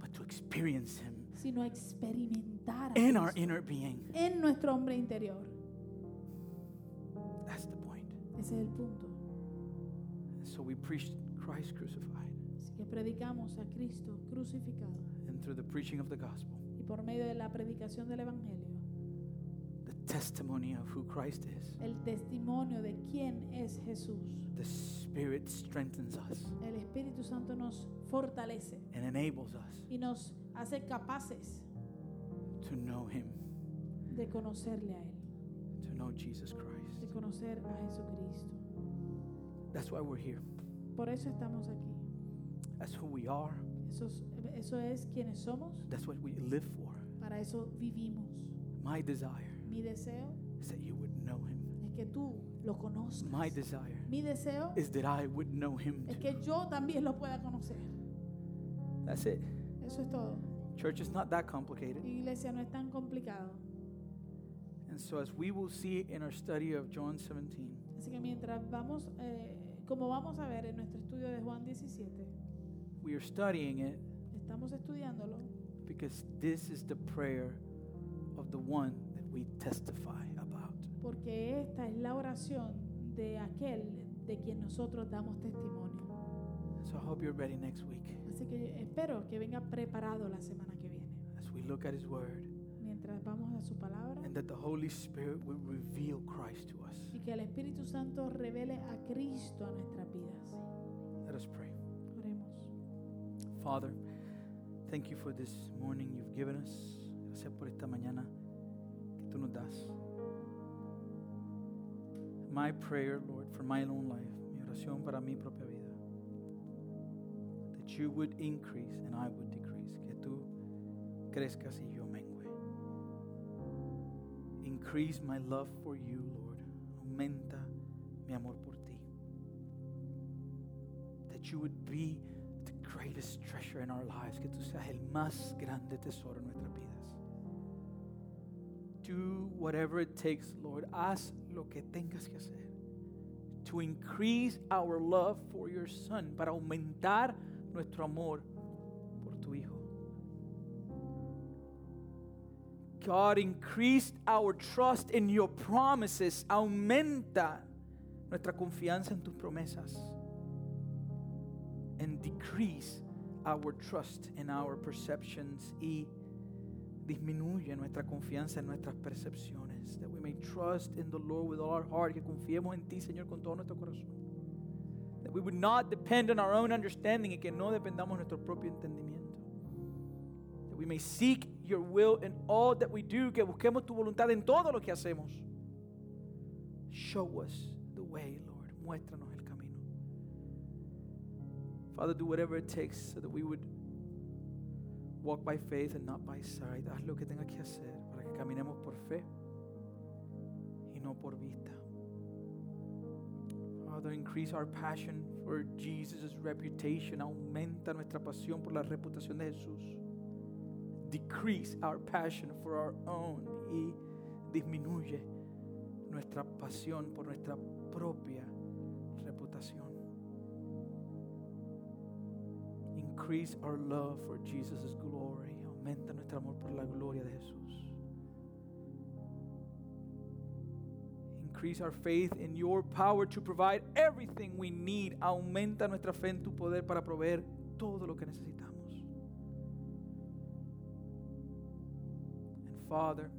but to experience Him sino a experimentar a in our Cristo inner being. en nuestro hombre interior. That's the point. Ese es el punto. So we preached Christ crucified, Así que predicamos a Cristo crucificado and through the preaching of the gospel, y por medio de la predicación del Evangelio, the testimony of who Christ is. el testimonio de quién es Jesús. The Spirit strengthens us El Espíritu Santo nos fortalece and enables us y nos hace capaces to know Him, de conocerle a Él, to know Jesus Christ. de conocer a Jesucristo. That's why we're here. Por eso estamos aquí. That's who we are. Eso es, eso es quienes somos, That's what we live for. para eso vivimos. My desire Mi deseo is that you would know Him. es que tú lo conozcas. My desire Mi deseo is that I would know Him. es Too. que yo también lo pueda conocer. That's it. Eso es todo. Church is not that complicated. Iglesia no es tan complicado. And so, as we will see in our study of John 17, Así que mientras vamos, eh, como vamos a ver en nuestro estudio de Juan 17, we are studying it estamos estudiándolo because this is the prayer of the one that we testify about. porque esta es la oración de aquel de quien nosotros damos testimonio. So, I hope you're ready next week Así que espero que venga preparado la semana que viene. as we look at His Word. Mientras vamos a su palabra and that the Holy Spirit will reveal Christ to us. y que el Espíritu Santo revele a Cristo a nuestras vidas. Let us pray. Oremos. Father, thank you for this morning you've given us. Gracias por esta mañana que tú nos das. My prayer, Lord, for my own life, mi oración para mi propia vida, that you would increase and I would decrease, que tú crezcas y yo mengue. Increase my love for you, Lord. Aumenta mi amor por ti. That you would be greatest treasure in our lives, que tú seas el más grande tesoro en nuestras vidas. Do whatever it takes, Lord. Haz lo que tengas que hacer. To increase our love for your son, para aumentar nuestro amor por tu hijo. God, increase our trust in your promises. Aumenta nuestra confianza en tus promesas. And decrease our trust in our perceptions. Y disminuye nuestra confianza en nuestras percepciones. That we may trust in the Lord with all our heart. Que confiemos en ti, Señor, con todo nuestro corazón. That we would not depend on our own understanding y que no dependamos de nuestro propio entendimiento. That we may seek your will in all that we do. Que busquemos tu voluntad en todo lo que hacemos. Show us the way, Lord. Muéstranos el camino. Father, do whatever it takes so that we would walk by faith and not by sight. Haz lo que tenga que hacer para que caminemos por fe y no por vista. Father, increase our passion for Jesus' reputation. Aumenta nuestra pasión por la reputación de Jesús. Decrease our passion for our own y disminuye nuestra pasión por nuestra propia reputación. Increase our love for Jesus' glory. Aumenta nuestro amor por la gloria de Jesús. Increase our faith in your power to provide everything we need. Aumenta nuestra fe en tu poder para proveer todo lo que necesitamos. And Father,